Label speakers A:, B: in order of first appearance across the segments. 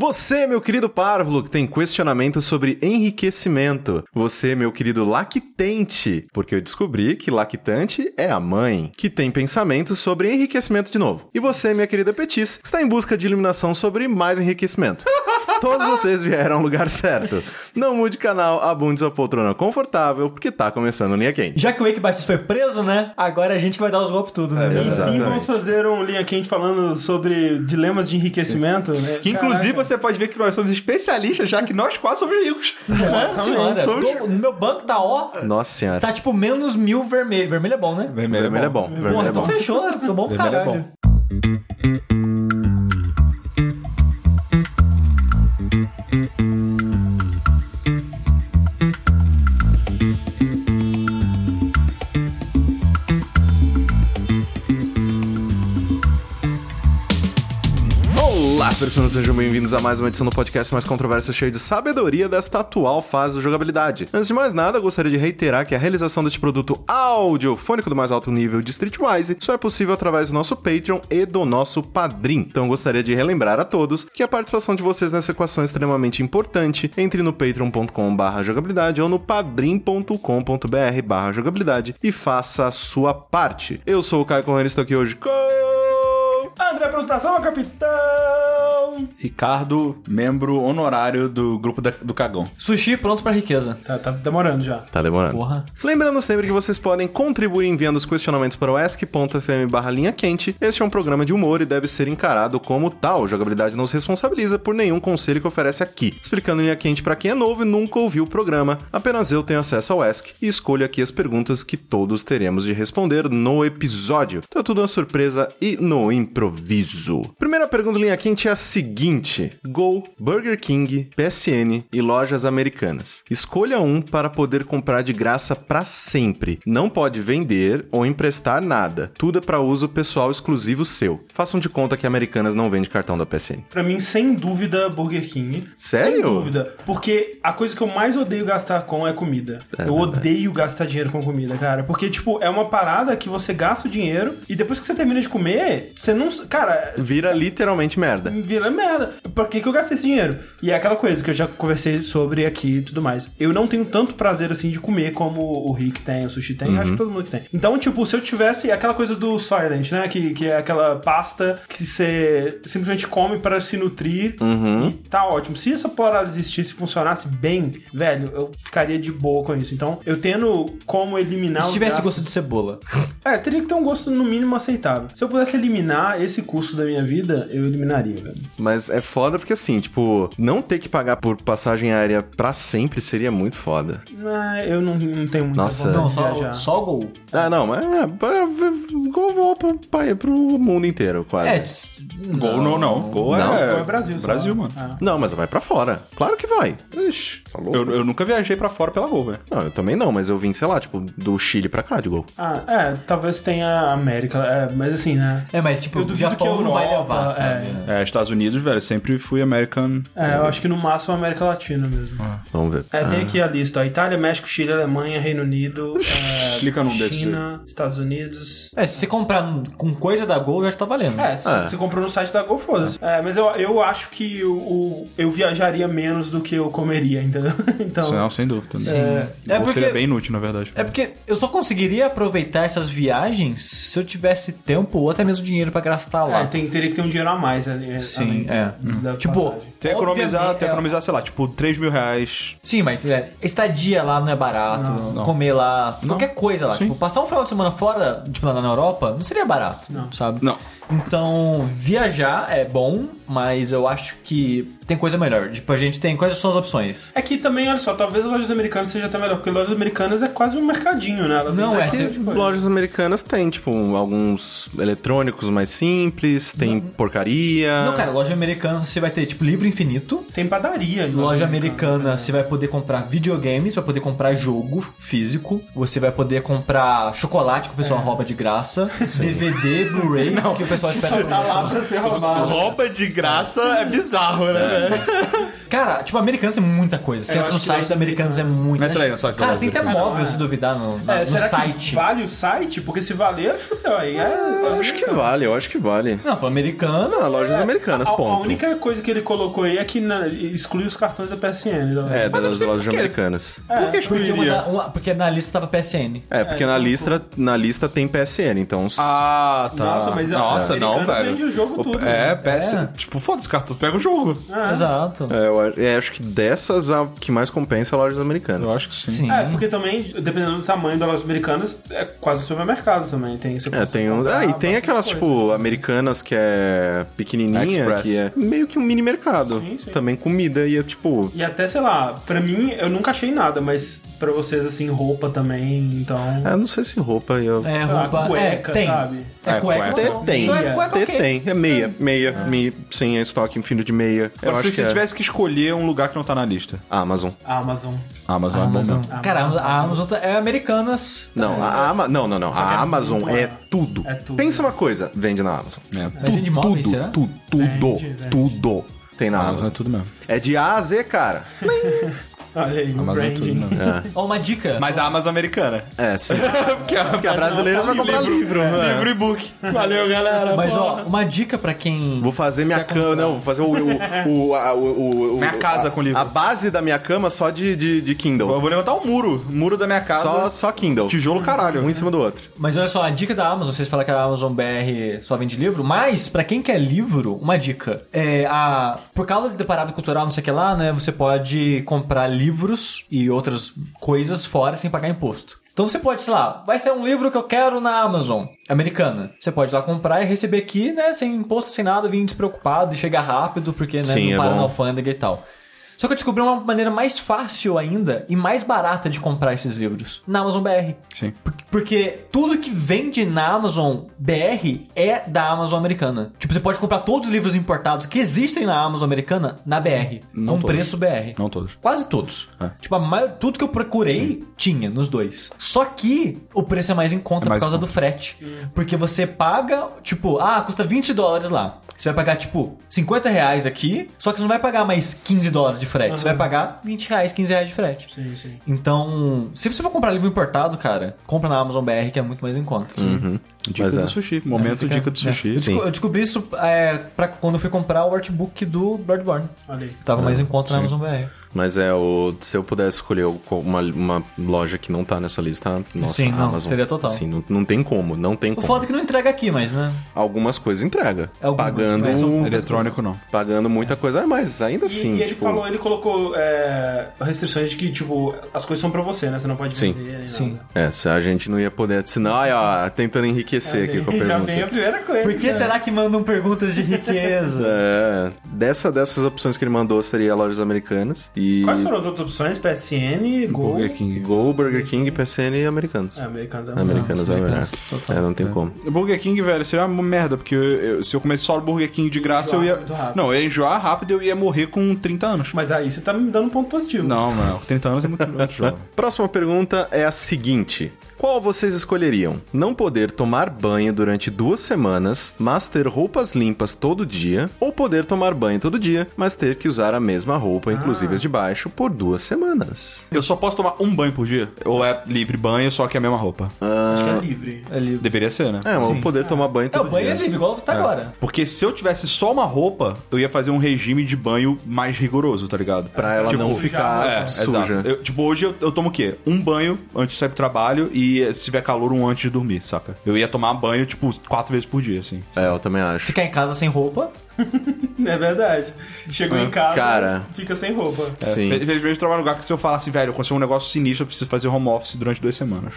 A: Você, meu querido párvulo, que tem questionamento sobre enriquecimento. Você, meu querido lactente, porque eu descobri que lactante é a mãe, que tem pensamento sobre enriquecimento de novo. E você, minha querida Petis, que está em busca de iluminação sobre mais enriquecimento. Todos vocês vieram ao lugar certo. Não mude canal, abunde sua poltrona confortável, porque tá começando o Linha Quente.
B: Já que o Wake Batista foi preso, né? Agora a gente que vai dar os golpes tudo, né?
A: É,
C: Enfim,
A: Exatamente.
C: vamos fazer um linha quente falando sobre dilemas de enriquecimento. né?
D: Que inclusive você pode ver que nós somos especialistas, já que nós quase somos ricos.
B: Nossa senhora,
D: somos-
B: tô- no meu banco tá ó,
A: Nossa senhora.
B: tá tipo menos mil vermelho. Vermelho é bom, né?
D: Vermelho,
A: Vermelho é bom, vermelho
B: Porra,
A: é
B: então
A: bom.
B: fechou, né? Tô bom pro
D: Vermelho é
B: caralho.
D: bom.
A: Olá, pessoas, sejam bem-vindos a mais uma edição do podcast mais controverso cheio de sabedoria desta atual fase de jogabilidade. Antes de mais nada, eu gostaria de reiterar que a realização deste produto audiofônico do mais alto nível de Streetwise só é possível através do nosso Patreon e do nosso Padrim. Então, eu gostaria de relembrar a todos que a participação de vocês nessa equação é extremamente importante. Entre no patreon.com/barra jogabilidade ou no padrim.com.br barra jogabilidade e faça a sua parte. Eu sou o Caio Corrêa e estou aqui hoje com...
C: André, apresentação, é capitão!
D: Ricardo, membro honorário do grupo da- do Cagão.
B: Sushi pronto pra riqueza.
C: Tá, tá demorando já.
A: Tá demorando.
B: Porra.
A: Lembrando sempre que vocês podem contribuir enviando os questionamentos para o ask.fm barra linha quente. Este é um programa de humor e deve ser encarado como tal. Jogabilidade não se responsabiliza por nenhum conselho que oferece aqui. Explicando linha quente para quem é novo e nunca ouviu o programa, apenas eu tenho acesso ao ask e escolho aqui as perguntas que todos teremos de responder no episódio. Então é tudo uma surpresa e no improviso. Primeira pergunta linha quente é a seguinte: Gol, Burger King, PSN e lojas americanas. Escolha um para poder comprar de graça para sempre. Não pode vender ou emprestar nada. Tudo é para uso pessoal exclusivo seu. Façam de conta que Americanas não vende cartão da PSN.
C: Pra mim, sem dúvida, Burger King.
A: Sério?
C: Sem dúvida. Porque a coisa que eu mais odeio gastar com é comida. eu odeio gastar dinheiro com comida, cara. Porque, tipo, é uma parada que você gasta o dinheiro e depois que você termina de comer, você não. Cara,
A: Vira literalmente merda.
C: Vira merda. Pra que, que eu gastei esse dinheiro? E é aquela coisa que eu já conversei sobre aqui e tudo mais. Eu não tenho tanto prazer assim de comer como o Rick tem, o Sushi tem, acho que todo mundo que tem. Então, tipo, se eu tivesse aquela coisa do Silent, né? Que, que é aquela pasta que você simplesmente come para se nutrir e tá ótimo. Se essa parada existisse e funcionasse bem, velho, eu ficaria de boa com isso. Então, eu tendo como eliminar
B: Se
C: os
B: tivesse
C: gastos-
B: gosto de cebola.
C: é, teria que ter um gosto no mínimo aceitável. Se eu pudesse eliminar esse custo da minha vida, eu eliminaria, velho.
A: Mas é foda porque assim, tipo, não ter que pagar por passagem aérea para sempre seria muito foda.
C: Não, É, eu não, não tenho muita
A: Nossa.
C: vontade
B: Não,
C: de
B: só,
C: viajar.
B: só o gol.
A: Ah, não, mas é, gol voa pro, pai- pro mundo inteiro, quase.
B: É, tss,
D: Gol não, não. Gol
A: Não,
D: é...
C: Ou é Brasil, só.
D: Brasil, mano.
C: Ah.
A: Não, mas vai pra fora. Claro que vai. Ixi, tá louco?
D: Eu, eu nunca viajei pra fora pela Gol, velho.
A: Não, eu também não, mas eu vim, sei lá, tipo, do Chile pra cá de gol.
C: Ah, é, talvez tenha a América, é, mas assim, né?
B: É, mas tipo,
C: Eu
B: o
C: duvido
B: Japão
C: que a
B: não vai
C: Europa,
B: levar,
C: é.
B: sabe?
D: É, Estados Unidos, velho, sempre fui American.
C: É, eu acho que no máximo a América Latina mesmo.
A: Vamos ver.
C: É, tem aqui a lista: ó, Itália, México, Chile, Alemanha, Reino Unido, é,
D: Clica num desses
C: China, Estados Unidos.
B: É, se você comprar com coisa da Gol, já está valendo.
C: É, se
A: Ah.
C: se comprou no site da Gol, foda-se. É, mas eu, eu acho que o, o- eu viajaria menos do que eu comeria, entendeu? Então.
D: Não, sem dúvida. Sim.
B: É
D: Gol
B: porque-
D: seria bem inútil, na verdade.
B: É porque eu só conseguiria aproveitar essas viagens se eu tivesse tempo ou até mesmo dinheiro pra gastar lá.
C: É, tem, teria que ter um dinheiro a mais. ali,
B: Sim,
C: além
B: é.
C: da
B: Tipo,
C: passagem.
D: Tem que economizar,
B: obviamente-
D: tem que
B: é.
D: economizar, sei lá, tipo, 3 mil reais.
B: Sim, mas é, estadia lá não é barato,
D: não.
B: comer lá,
D: Não.
B: qualquer coisa lá.
D: Sim.
B: Tipo, passar um final de semana fora, tipo, lá na Europa, não seria barato,
C: Não.
B: sabe?
D: Não.
B: Então, viajar é bom, mas eu acho que tem coisa melhor. Tipo, a gente tem... Quais são as opções?
C: É que também, olha só, talvez lojas americanas seja até melhor, porque lojas americanas é quase um mercadinho, né? Ela
B: Não,
C: vende
B: é,
C: aquilo,
B: se-
C: tipo,
A: Lojas americanas tem, tipo, alguns eletrônicos mais simples, tem
D: Ah.
A: porcaria.
B: Não, cara, loja americana você vai ter, tipo, livro infinito.
C: Tem padaria. né? em
B: Loja americana, você vai poder comprar videogames, vai poder comprar jogo físico, você vai poder comprar chocolate que o pessoal rouba de graça, DVD, Blu-ray, que o pessoal espera
C: Só tá
B: promoção.
C: lá pra ser roubado.
A: É.
D: Roupa de graça é bizarro, né, velho?
B: Cara, tipo, Americanos é muita coisa. Você
C: eu
B: entra no
C: acho que
B: site
C: eu-
B: da Americanos, é muito.
D: Não é treino só que
B: Cara,
D: eu
B: tem até
D: gosto.
B: móvel, se duvidar, no, na-
C: É,
B: no
C: será
B: site.
C: que vale o site? Porque se valer, fudeu. Aí é,
A: Eu acho que vale, eu acho que vale.
B: Não, foi americano.
A: Ah, lojas
D: É,
A: americanas,
C: a, a
A: ponto.
C: única coisa que ele colocou aí é que na- exclui os cartões da PSN. né?
A: É,
D: eu não
A: das
D: sei
A: lojas
D: por quê.
A: americanas.
D: Por que
B: Porque, uma
D: excluiria?
B: da- uma- porque na lista tava PSN.
A: É, porque na, lista, na lista tem PSN, então. s-
D: tipo, Ah, tá.
C: Nossa, mas a-
D: Nossa,
C: a
D: não,
C: americana
D: velho.
C: vende o jogo tudo,
D: É,
C: né?
D: peça. Tipo, foda-se, cartão, pega o jogo.
C: Ah,
B: Exato.
A: É, eu a- é, acho que dessas a que mais compensa é lojas americanas.
D: Eu acho que sim.
B: Sim.
C: É, porque também, dependendo do tamanho das lojas americanas, é quase um supermercado também. Tem, você
A: É,
C: consegue
A: tem um.
C: comprar
A: Ah, e tem
C: bastante
A: aquelas,
C: coisa.
A: tipo, americanas que é pequenininha,
D: Express.
A: que é meio que um mini mercado.
C: Sim, sim.
A: Também comida e é tipo.
C: E até, sei lá, pra mim, eu nunca achei nada, mas pra vocês, assim, roupa também, então...
A: Ah, não sei se roupa eu.
B: É,
C: lá,
B: roupa.
C: cueca,
B: é, tem.
C: sabe?
B: É
D: É,
B: cueca.
A: Até
B: não.
A: tem.
B: Não é cueca,
A: Até
B: ok.
A: tem. É meia, meia, meia, sem estoque infinito de meia. Eu
D: Agora,
A: acho
D: se
A: que
D: você
A: é.
D: tivesse que escolher um lugar que não tá na lista.
A: Amazon.
C: É. Amazon.
D: Amazon, é
B: Amazon.
D: bom mesmo.
B: Ah, Cara, a Amazon tá- é americanas.
A: Não, a Ama... não, não, não. A
C: é
A: Amazon
C: muito
A: é
C: lá.
A: tudo.
C: É tudo.
A: Pensa uma coisa, vende na Amazon.
D: É.
B: Mas
A: tudo,
B: vende móveis,
A: tudo,
B: será?
A: tudo, tudo,
C: Vende, vende.
A: tudo tem na
D: Amazon é
A: Amazon.
D: tudo mesmo.
A: É de A a Z, cara.
C: Olha aí, o
D: Amazon é tudo
C: branding.
D: mesmo.
B: Ó, uma dica.
D: Mas a Amazon americana.
A: É, sim.
D: Porque a,
A: Porque a brasileira vai comprar livro, não é?
D: Livro né? e book. Valeu, galera.
B: Mas, ó,
D: Porra.
B: uma dica pra quem.
A: Vou fazer minha cama, não, vou fazer o, o, o, a- o- o-
D: Minha
A: o-
D: casa
A: a,
D: com livro.
A: A base da minha cama só de, de, de
D: Eu
A: Kindle.
D: vou levantar um muro. Muro da minha casa.
A: Só, só Kindle.
D: Tijolo, caralho.
A: Um em cima do outro.
B: Mas olha só, a dica da Amazon, vocês falaram que a Amazon BR só vende livro, mas pra quem quer livro, uma dica. É a. Por causa da parada cultural, não sei o que lá, né? Você pode comprar livros e outras coisas fora sem pagar imposto. Então você pode, sei lá, vai ser um livro que eu quero na Amazon, americana. Você pode ir lá comprar e receber aqui, né? Sem imposto, sem nada, vir despreocupado e chegar rápido, porque né,
A: Sim,
B: não
A: é
B: para na
A: bom.
B: alfândega e tal. Só que eu descobri uma maneira mais fácil ainda e mais barata de comprar esses livros. Na Amazon BR.
D: Sim.
B: Por- Porque tudo que vende na Amazon BR é da Amazon americana. Tipo, você pode comprar todos os livros importados que existem na Amazon americana na BR.
D: Não
B: com
D: todos.
B: um preço BR.
D: Não todos.
B: Quase todos.
D: É.
B: Tipo, a maior, tudo que eu procurei tinha nos dois. Só que o preço é mais em conta
D: É mais
B: por causa
D: em
B: do frete. Porque você paga, tipo, ah, custa 20 dólares lá. Você vai pagar, tipo, 50 reais aqui, só que você não vai pagar mais 15 dólares de frete. Você vai pagar 20 reais, 15 reais de frete.
C: Sim, sim.
B: Então, se você for comprar livro importado, cara, compra na Amazon BR que é muito mais em conta.
D: Dica
A: Mas
D: do
A: é.
D: sushi. Momento
B: Uhum. Fica-
D: dica do
B: é.
D: sushi.
B: Eu, desco- eu descobri isso é, pra quando eu fui comprar o artbook do Bloodborne.
C: Olha aí.
B: Tava mais em conta na Amazon BR.
A: Mas é, o, se eu pudesse escolher o- uma, uma loja que não tá nessa lista, nossa,
B: Sim, não,
A: Amazon.
B: seria total.
A: Sim, não, não tem como, não tem
B: O
A: como.
B: foda é que não entrega aqui, mas, né?
A: Algumas coisas entrega.
B: Algumas,
A: pagando
B: mas são-
D: Eletrônico não.
A: pagando muita coisa, Ah, mas ainda
C: E,
A: assim,
C: e ele
A: tipo,
C: falou, ele colocou é, restrições de que, tipo, as coisas são pra você, né? Você não pode
A: Sim.
C: vender nem
B: Sim.
C: nada.
A: é, se a gente não ia poder, senão, aí, ó, tentando enriquecer aqui com a
C: Já
A: pergunta.
C: vem a primeira coisa.
B: Por que
C: né?
B: será que mandam perguntas de riqueza?
A: É, dessa, dessas opções que ele mandou seria lojas americanas e
C: Quais foram as outras opções? PSN, Gol...
D: Burger King.
A: Gol, Burger King, PSN e americanos.
C: É, americanos é
A: Americanos é o melhor.
B: americanos, total.
A: É, não
D: né?
A: tem como.
D: Burger King, velho, seria uma merda, porque eu- eu- se eu comesse só o Burger King de graça,
C: Enjoar
D: eu
C: muito
D: ia.
C: rápido.
D: Não, eu ia enjoar rápido e eu ia morrer com 30 anos.
C: Mas aí você tá me dando um ponto positivo.
D: Não, não. 30 anos é muito muito jovem.
A: Próxima pergunta é a seguinte: Qual vocês escolheriam? Não poder tomar banho durante duas semanas, mas ter roupas limpas todo dia, ou poder tomar banho todo dia, mas ter que usar a mesma roupa,
C: Ah.
A: inclusive as de baixo, por duas semanas?
D: Eu só posso tomar um banho por dia? Ou é livre banho, só que é a mesma roupa?
C: Acho que é livre.
B: É livre.
D: Deveria ser, né?
A: É, mas poder tomar banho
B: É,
A: todo
B: o banho
A: dia.
B: é livre, igual tá agora.
D: Porque se eu tivesse só uma roupa, eu ia fazer um regime de banho mais rigoroso, tá ligado?
A: Pra ela
D: Tipo,
A: não
D: já-
A: ficar
D: É,
A: suja.
D: exato. Eu- tipo, hoje eu, eu tomo o quê? Um banho antes de sair pro trabalho e se tiver calor, um antes de dormir, saca? Eu ia tomar banho, tipo, quatro vezes por dia, assim.
A: É, eu também acho.
B: Ficar em casa sem roupa.
C: É verdade. Chegou em casa,
A: Cara.
C: fica sem roupa.
D: é,
A: É. Sim.
D: Infelizmente, eu trabalho num lugar que se eu falasse, velho, eu consigo um negócio sinistro, eu preciso fazer home office durante duas semanas.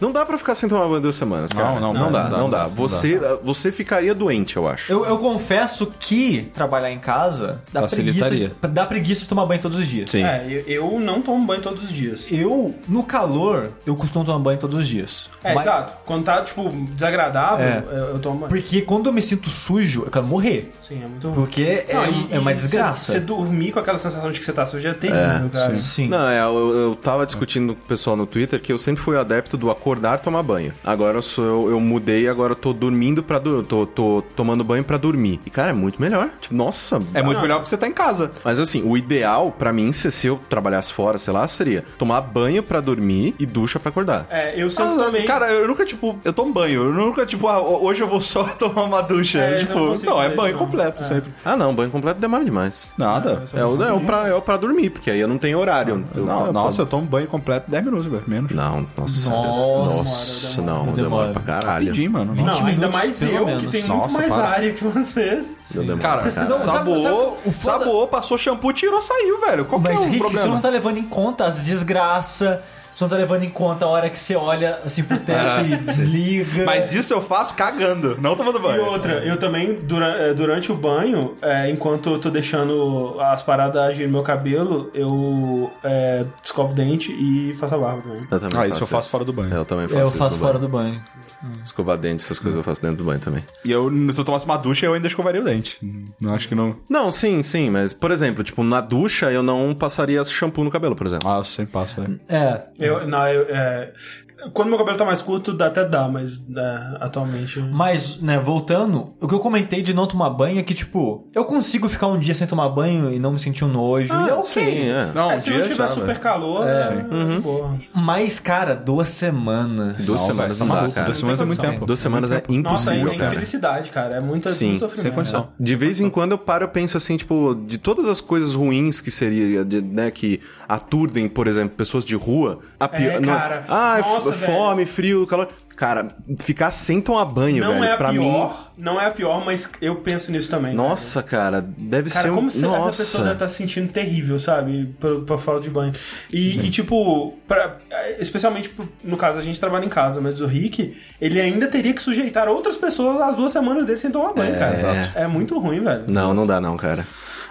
A: Não dá pra ficar sem tomar banho duas semanas, cara.
D: não,
A: não,
D: não
A: dá,
D: dá,
A: não
D: não
A: dá.
D: dá, não
A: Você, você ficaria doente, eu acho.
B: Eu, eu confesso que trabalhar em casa dá
D: Facilitaria.
B: preguiça, dá preguiça de tomar banho todos os dias.
A: Sim.
C: É, eu, eu não tomo banho todos os dias.
B: Eu, no calor, eu costumo tomar banho todos os dias.
C: É,
B: Mas-
C: exato. Quando tá, tipo, desagradável,
B: É.
C: eu, eu tomo banho.
B: Porque quando eu me sinto sujo, eu quero morrer.
C: Sim. Sim, é muito ruim.
B: Porque é,
C: Não,
B: um-
C: e-
B: é uma
C: e
B: desgraça.
C: Você dormir com aquela sensação de que você tá sujo é terrível, cara.
B: Sim.
A: Não, é, eu, eu tava discutindo com o pessoal no Twitter que eu sempre fui o adepto do acordar tomar banho. Agora eu, sou, eu, eu mudei, agora eu tô dormindo pra. Du tô, tô tomando banho pra dormir. E, cara, é muito melhor. Tipo, nossa.
D: É muito melhor porque você tá em casa.
A: Mas assim, o ideal pra mim, se, se eu trabalhasse fora, sei lá, seria tomar banho pra dormir e ducha pra acordar.
C: É, eu sempre
D: Ah,
C: também.
D: Cara, eu nunca, tipo, eu tomo banho. Eu nunca, tipo, ah, hoje eu vou só tomar uma ducha.
C: É,
D: tipo,
C: não
D: não,
C: consigo
D: é
C: fazer
D: banho
C: isso, não.
D: completo
C: É.
D: sempre.
A: Ah, não, banho completo demora demais.
D: Nada.
A: É o, é, o pra, é o pra dormir, porque aí eu não tenho horário. Eu-
D: Não,
A: eu-
D: nossa, eu tomo banho completo 10 minutos, velho. Menos.
A: Não, nossa.
B: Nossa,
A: Nossa, não,
B: demora, demora.
A: demora pra caralho.
D: Rapidinho, mano.
C: não,
D: Nossa.
C: ainda
B: minutos,
C: mais
B: pelo
C: eu, que
B: menos.
C: tenho muito
D: Nossa,
C: mais
D: para.
C: área que vocês.
A: Eu demoro pra
D: Cara,
A: caralho.
D: não,
B: sabe-
D: sabe,
B: sabe- o foda-
D: saboou, passou shampoo, tirou, saiu, velho. Qual que é
B: Mas,
D: o
B: Rick, você
D: problema?
B: não tá levando em conta as desgraças, você não tá levando em conta a hora que você olha assim pro teto e desliga.
D: Mas isso eu faço cagando, não tomando
C: E
D: banho.
C: outra, eu também, dura- eh, durante o banho, eh, enquanto eu tô deixando as paradas agir no meu cabelo, eu eh, escovo o dente e faço a barba também.
A: Eu também
D: Ah, isso eu faço fora do banho.
A: Eu também faço
B: É, eu
A: isso né?
B: faço
A: no
B: fora
A: banho.
B: do banho.
A: Escovar dente, essas coisas eu faço dentro do banho também.
D: E eu, se eu tomasse uma ducha, eu ainda escovaria o dente. Não acho que não.
A: Não, sim, sim, mas, por exemplo, tipo, na ducha eu não passaria shampoo no cabelo, por exemplo.
D: Ah, eu sempre passo, velho.
B: É.
C: Eu, não, eu, eh, quando meu cabelo tá mais curto, dá, até dá, mas eh, atualmente... eu-
B: Mas, né, voltando, o que eu comentei de não tomar banho é que, tipo, eu consigo ficar um dia sem tomar banho e não me sentir um nojo. e é ok.
A: Sim, é.
D: Não, um
C: É, se não tiver
D: já, né?
C: super
D: velho.
C: calor, é, boa.
B: Mas, cara, duas semanas.
A: Duas
D: Não,
A: semanas
D: velho, tá
A: não dá,
D: maluco,
A: cara.
D: duas semanas é muito tempo.
A: Duas semanas é
C: Nossa, aí
A: impossível,
C: é
A: cara.
C: infelicidade, cara. É muita,
A: Sim,
C: muito sofrimento.
D: sem condição.
A: De vez
C: Então.
A: em quando eu paro e penso assim, tipo, de todas as coisas ruins que seria, de- né, que aturdem, por exemplo, pessoas de rua, a pior. não-
C: É, cara.
A: ah, f-
C: Nossa,
A: fome, frio, calor. Cara, ficar sem tomar banho,
C: Não
A: velho,
C: é a
A: pra
C: pior,
A: mim.
C: não é a pior, mas eu penso nisso também. cara.
A: Nossa, cara, deve
C: Cara,
A: ser um.
C: como se
A: nossa.
C: essa pessoa deve estar se sentindo terrível, sabe? Pra, pra falta de banho. E, e, tipo, pra- especialmente pro- no caso, a gente trabalha em casa, mas o Rick, ele ainda teria que sujeitar outras pessoas às duas semanas dele sem tomar banho, cara. É muito ruim, velho.
A: Não, não dá não, cara.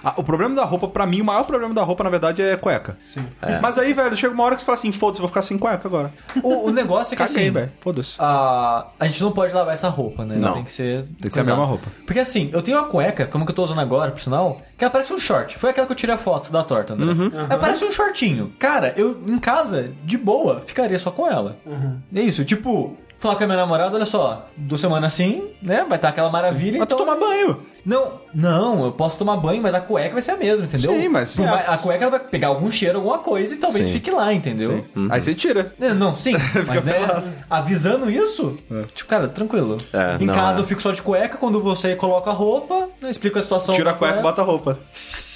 D: Ah, o problema da roupa, pra mim, o maior problema da roupa, na verdade, é cueca.
C: Sim.
D: Mas aí, velho, chega uma hora que você fala assim, foda-se, vou ficar sem cueca agora.
B: O, o negócio é que
D: Caguei,
B: assim.
D: velho. Foda-se.
B: A, a gente não pode lavar essa roupa, né? Ela
A: Não.
B: Tem que ser.
D: que ser a mesma roupa.
B: Porque assim, eu tenho uma cueca, como que eu tô usando agora, por sinal, que ela parece um short. Foi aquela que eu tirei a foto da torta, André.
D: Uhum.
B: Ela parece um shortinho. Cara, eu em casa, de boa, ficaria só com ela. É isso, tipo. Falar com a minha namorada, olha só, duas semanas assim, né? Vai estar aquela maravilha.
D: Mas tu
B: então...
D: toma banho.
B: Não, não, eu posso tomar banho, mas a cueca vai ser a mesma, entendeu?
D: Sim, mas- é.
B: Por mais- A cueca ela vai pegar algum cheiro, alguma coisa e talvez
A: Sim.
B: fique lá, entendeu?
D: Aí você tira.
B: É, Não, sim, mas né, avisando isso, tipo, cara, tranquilo.
A: É,
B: em
A: não,
B: casa
A: é.
B: eu fico só de cueca, quando você coloca a roupa, né, explica a situação.
D: Tira a
B: da
D: cueca e bota a roupa.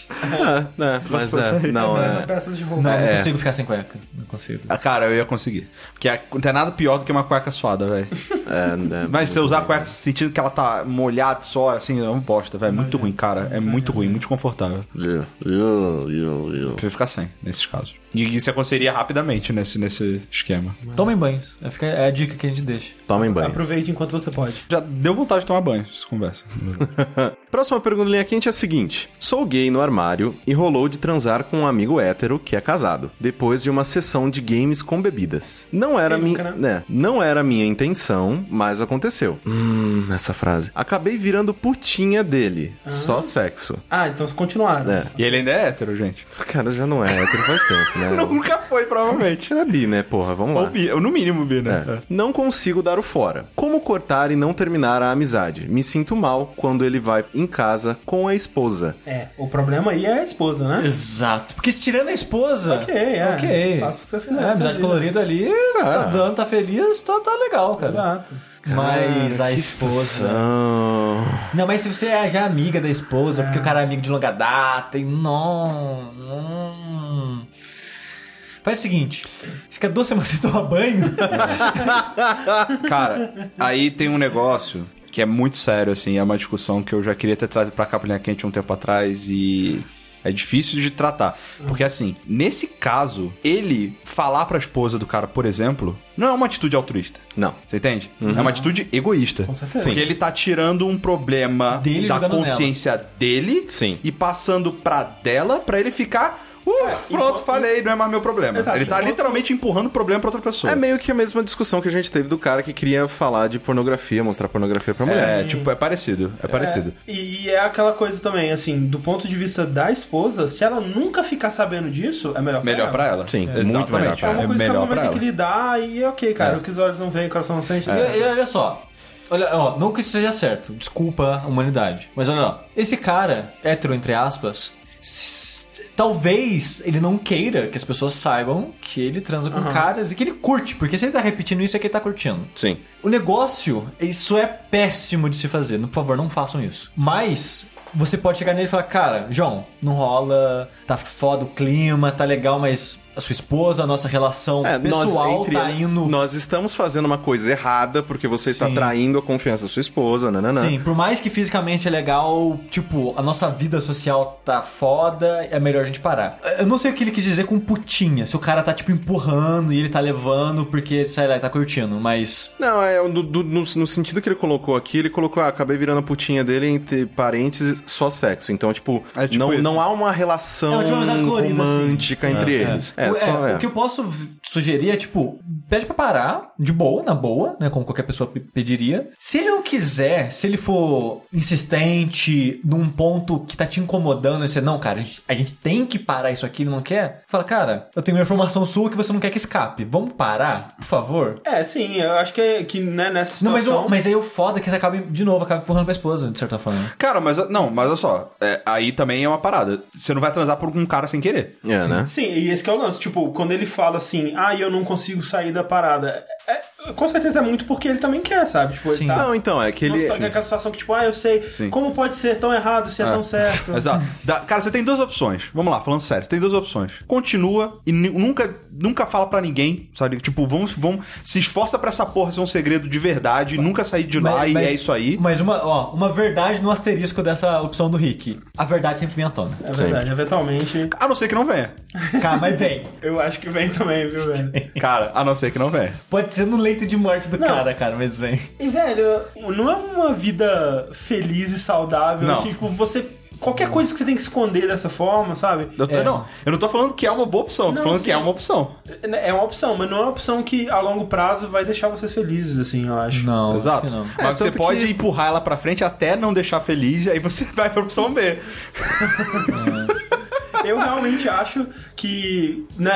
A: É, né, mas é, não,
C: Essa
A: é.
C: peça de roupa.
B: Não, não
A: É.
B: consigo ficar sem cueca. Não consigo.
D: Ah, cara, eu ia conseguir. Porque a- não tem nada pior do que uma cueca suada, velho.
A: é, é
D: Mas você usar a cueca sentindo que ela tá molhada, só, assim, é uma bosta, velho. É muito ruim, cara. É muito ruim, muito desconfortável.
A: Eu, eu, eu, eu.
D: Prefiro ficar sem, nesses casos. E isso aconteceria rapidamente nesse, nesse esquema.
B: Tomem banhos. É, fica- é a dica que a gente deixa.
A: Tomem banho.
C: Aproveite enquanto você pode.
D: Já deu vontade de tomar banho, essa conversa.
A: Próxima pergunta do linha quente é a seguinte: Sou gay no armário e rolou de transar com um amigo hétero que é casado, depois de uma sessão de games com bebidas. Não era
C: Quem
A: minha,
C: nunca,
A: né? Não era minha intenção, mas aconteceu. Hum, essa frase. Acabei virando putinha dele. Só sexo.
C: Ah, então vocês continuaram.
A: É.
D: e ele ainda é hétero, gente.
A: O cara já não é hétero faz tempo, né?
D: Nunca foi, provavelmente.
A: Era bi, né? Porra, vamos lá.
D: Ou bi, ou no mínimo bi, né?
A: É. Não consigo dar o fora. Como cortar e não terminar a amizade? Me sinto mal quando ele vai em casa com a esposa.
C: É, o problema aí é a esposa, né?
B: Exato. Porque se tirando a esposa.
C: Ok, é.
B: Ok.
C: Faça o que vocês quiserem
B: É,
C: na
B: amizade
C: sua vida.
B: colorida ali,
A: Ah.
B: tá dando, tá feliz, tá, tá legal, cara.
C: Exato.
B: Mas a
A: que
B: esposa.
A: situação.
B: Não, mas se você é já amiga da esposa, porque o cara é amigo de longa data e não. não. Faz o seguinte, fica duas semanas sem tomar banho.
D: Cara, aí tem um negócio que é muito sério, assim, é uma discussão que eu já queria ter trazido pra cá pra linha quente um tempo atrás e. É difícil de tratar. Porque, assim, nesse caso, ele falar pra esposa do cara, por exemplo, não é uma atitude altruísta.
A: Não. Uhum.
D: Você entende? É uma atitude egoísta. Com
C: certeza.
D: Porque ele tá tirando um problema
B: Dele
D: da
B: jogando nela.
D: consciência dele
A: Sim.
D: e passando pra dela pra ele ficar. "Uh, Pronto, falei, não é mais meu problema.
C: Exato.
D: Ele tá
C: Enquanto-
D: literalmente empurrando o problema pra outra pessoa.
A: É meio que a mesma discussão que a gente teve do cara que queria falar de pornografia, mostrar pornografia pra mulher.
D: É, tipo, é parecido. É parecido.
C: E, e é aquela coisa também, assim, do ponto de vista da esposa, se ela nunca ficar sabendo disso, é melhor
D: Melhor pra ela.
A: Sim,
D: Exatamente.
A: muito melhor pra
C: É uma
D: É
C: coisa que ela vai
D: melhor pra
C: ter
D: ela.
C: que lidar e ok, cara,
D: É.
C: o que os olhos não veem, o coração não sente. né?
B: E, e olha só. Olha, ó, não que isso seja certo. Desculpa a humanidade. Mas olha lá. Esse cara, hétero, entre aspas, s- talvez ele não queira que as pessoas saibam que ele transa com caras e que ele curte. Porque se ele tá repetindo isso, é que ele tá curtindo.
A: Sim.
B: O negócio, isso é péssimo de se fazer. Por favor, não façam isso. Mas você pode chegar nele e falar, cara, João, não rola, tá foda o clima, tá legal, mas a sua esposa, a nossa relação
A: É,
B: pessoal
A: nós, entre-
B: tá indo.
A: nós estamos fazendo uma coisa errada porque você está
B: Sim.
A: traindo a confiança da sua esposa, nananã.
B: Sim, por mais que fisicamente é legal, tipo, a nossa vida social tá foda, é melhor a gente parar. Eu não sei o que ele quis dizer com putinha, se o cara tá, tipo, empurrando e ele tá levando porque, sei lá, ele tá curtindo, mas.
A: Não, é do- do- no, no sentido que ele colocou aqui, ele colocou, ah, acabei virando a putinha dele entre parênteses, só sexo. Então, tipo,
D: É, tipo
A: não,
D: isso.
A: não há uma relação
B: É, tipo, uma amizade colorida, assim.
A: romântica entre eles. É,
B: o,
A: só
B: é,
A: é.
B: o que eu posso v- sugerir é, tipo, pede pra parar, de boa, na boa, né? Como qualquer pessoa pe- pediria. Se ele não quiser, se ele for insistente num ponto que tá te incomodando, e você, não, cara, a gente, a gente tem que parar isso aqui, ele não quer, fala, cara, eu tenho uma informação sua que você não quer que escape. Vamos parar, por favor?
C: É, sim, eu acho que, é- que né, nessa
B: Não, mas,
C: situação...
B: o- mas aí o foda é que você acaba, de novo, acaba empurrando pra esposa, de certa forma.
D: Cara, mas não, mas olha só, é, aí também é uma parada. Você não vai transar por um cara sem querer.
C: Hum.
A: É, né?
C: Sim, e esse que é o lance. Tipo, quando ele fala assim, ah, eu não consigo sair da parada, é- com certeza é muito porque ele também quer, sabe? Tipo,
B: Sim.
C: ele tá...
A: Não, então, é que
C: Ele...
A: ele.
C: naquela situação que, tipo, ah, eu sei,
D: Sim.
C: como pode ser tão errado se é,
D: É.
C: tão certo?
D: Exato. Da- cara, você tem duas opções. Vamos lá, falando sério, você tem duas opções. Continua e ni- nunca, nunca fala pra ninguém, sabe? Tipo, vamos, vamos. Se esforça pra essa porra ser um segredo de verdade, nunca sair de lá e é isso aí.
B: Mas uma, ó, uma verdade no asterisco dessa opção do Rick. A verdade sempre vem à tona.
C: É verdade, eventualmente.
D: A não ser que não venha.
B: Cara, mas vem.
C: Eu acho que vem também, viu, velho?
D: Cara, a não ser que não venha.
B: Pode ser no leito de morte do
C: Não.
B: cara, cara, mas vem.
C: E, velho, não é uma vida feliz e saudável,
D: Não.
C: assim, tipo, você. Qualquer coisa que você tem que esconder dessa forma, sabe?
D: Eu, tô-
B: É.
D: Não, eu não tô falando que é uma boa opção, eu tô
C: Não,
D: falando
C: sim.
D: que é uma opção.
C: É uma opção, mas não é uma opção que a longo prazo vai deixar vocês felizes, assim, eu acho.
B: Não,
D: Exato.
B: acho que não.
D: Mas
A: É,
D: você
A: tanto
D: pode
A: que-
D: empurrar ela pra frente até não deixar feliz, e aí você vai pra opção B.
C: Eu realmente acho que, né,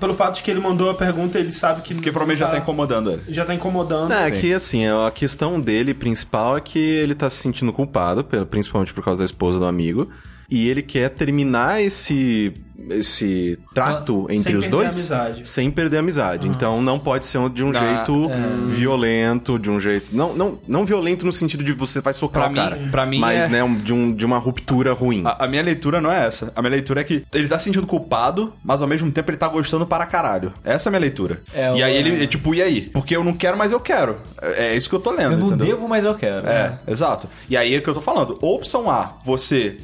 C: pelo fato de que ele mandou a pergunta, ele sabe que.
D: Porque provavelmente já tá incomodando ele.
C: Já tá incomodando.
A: É,
D: Sim.
A: que assim, a questão dele principal é que ele tá se sentindo culpado, pe- principalmente por causa da esposa do amigo, e ele quer terminar esse esse trato
C: Ah, Sem
A: entre os
C: perder a
A: dois
C: amizade. Ah.
A: sem perder a amizade. Então não pode ser de um
D: Ah,
A: jeito violento, de um jeito não, não não violento no sentido de você vai socar
D: Pra
A: o
D: mim-
A: cara,
D: pra mim
A: mas
D: é- Ah.
A: né, um- de um de uma ruptura ruim.
D: A, a minha leitura não é essa. A minha leitura é que ele tá se sentindo culpado, mas ao mesmo tempo ele tá gostando para caralho. Essa é a minha leitura.
B: É,
D: e
B: eu-
D: aí ele, é tipo, e aí? Porque eu não quero, mas eu quero. É, é isso que eu tô lendo,
B: Eu não
D: entendeu?
B: devo, mas eu quero. né?
D: É, exato. E aí é o que eu tô falando. Opção A, você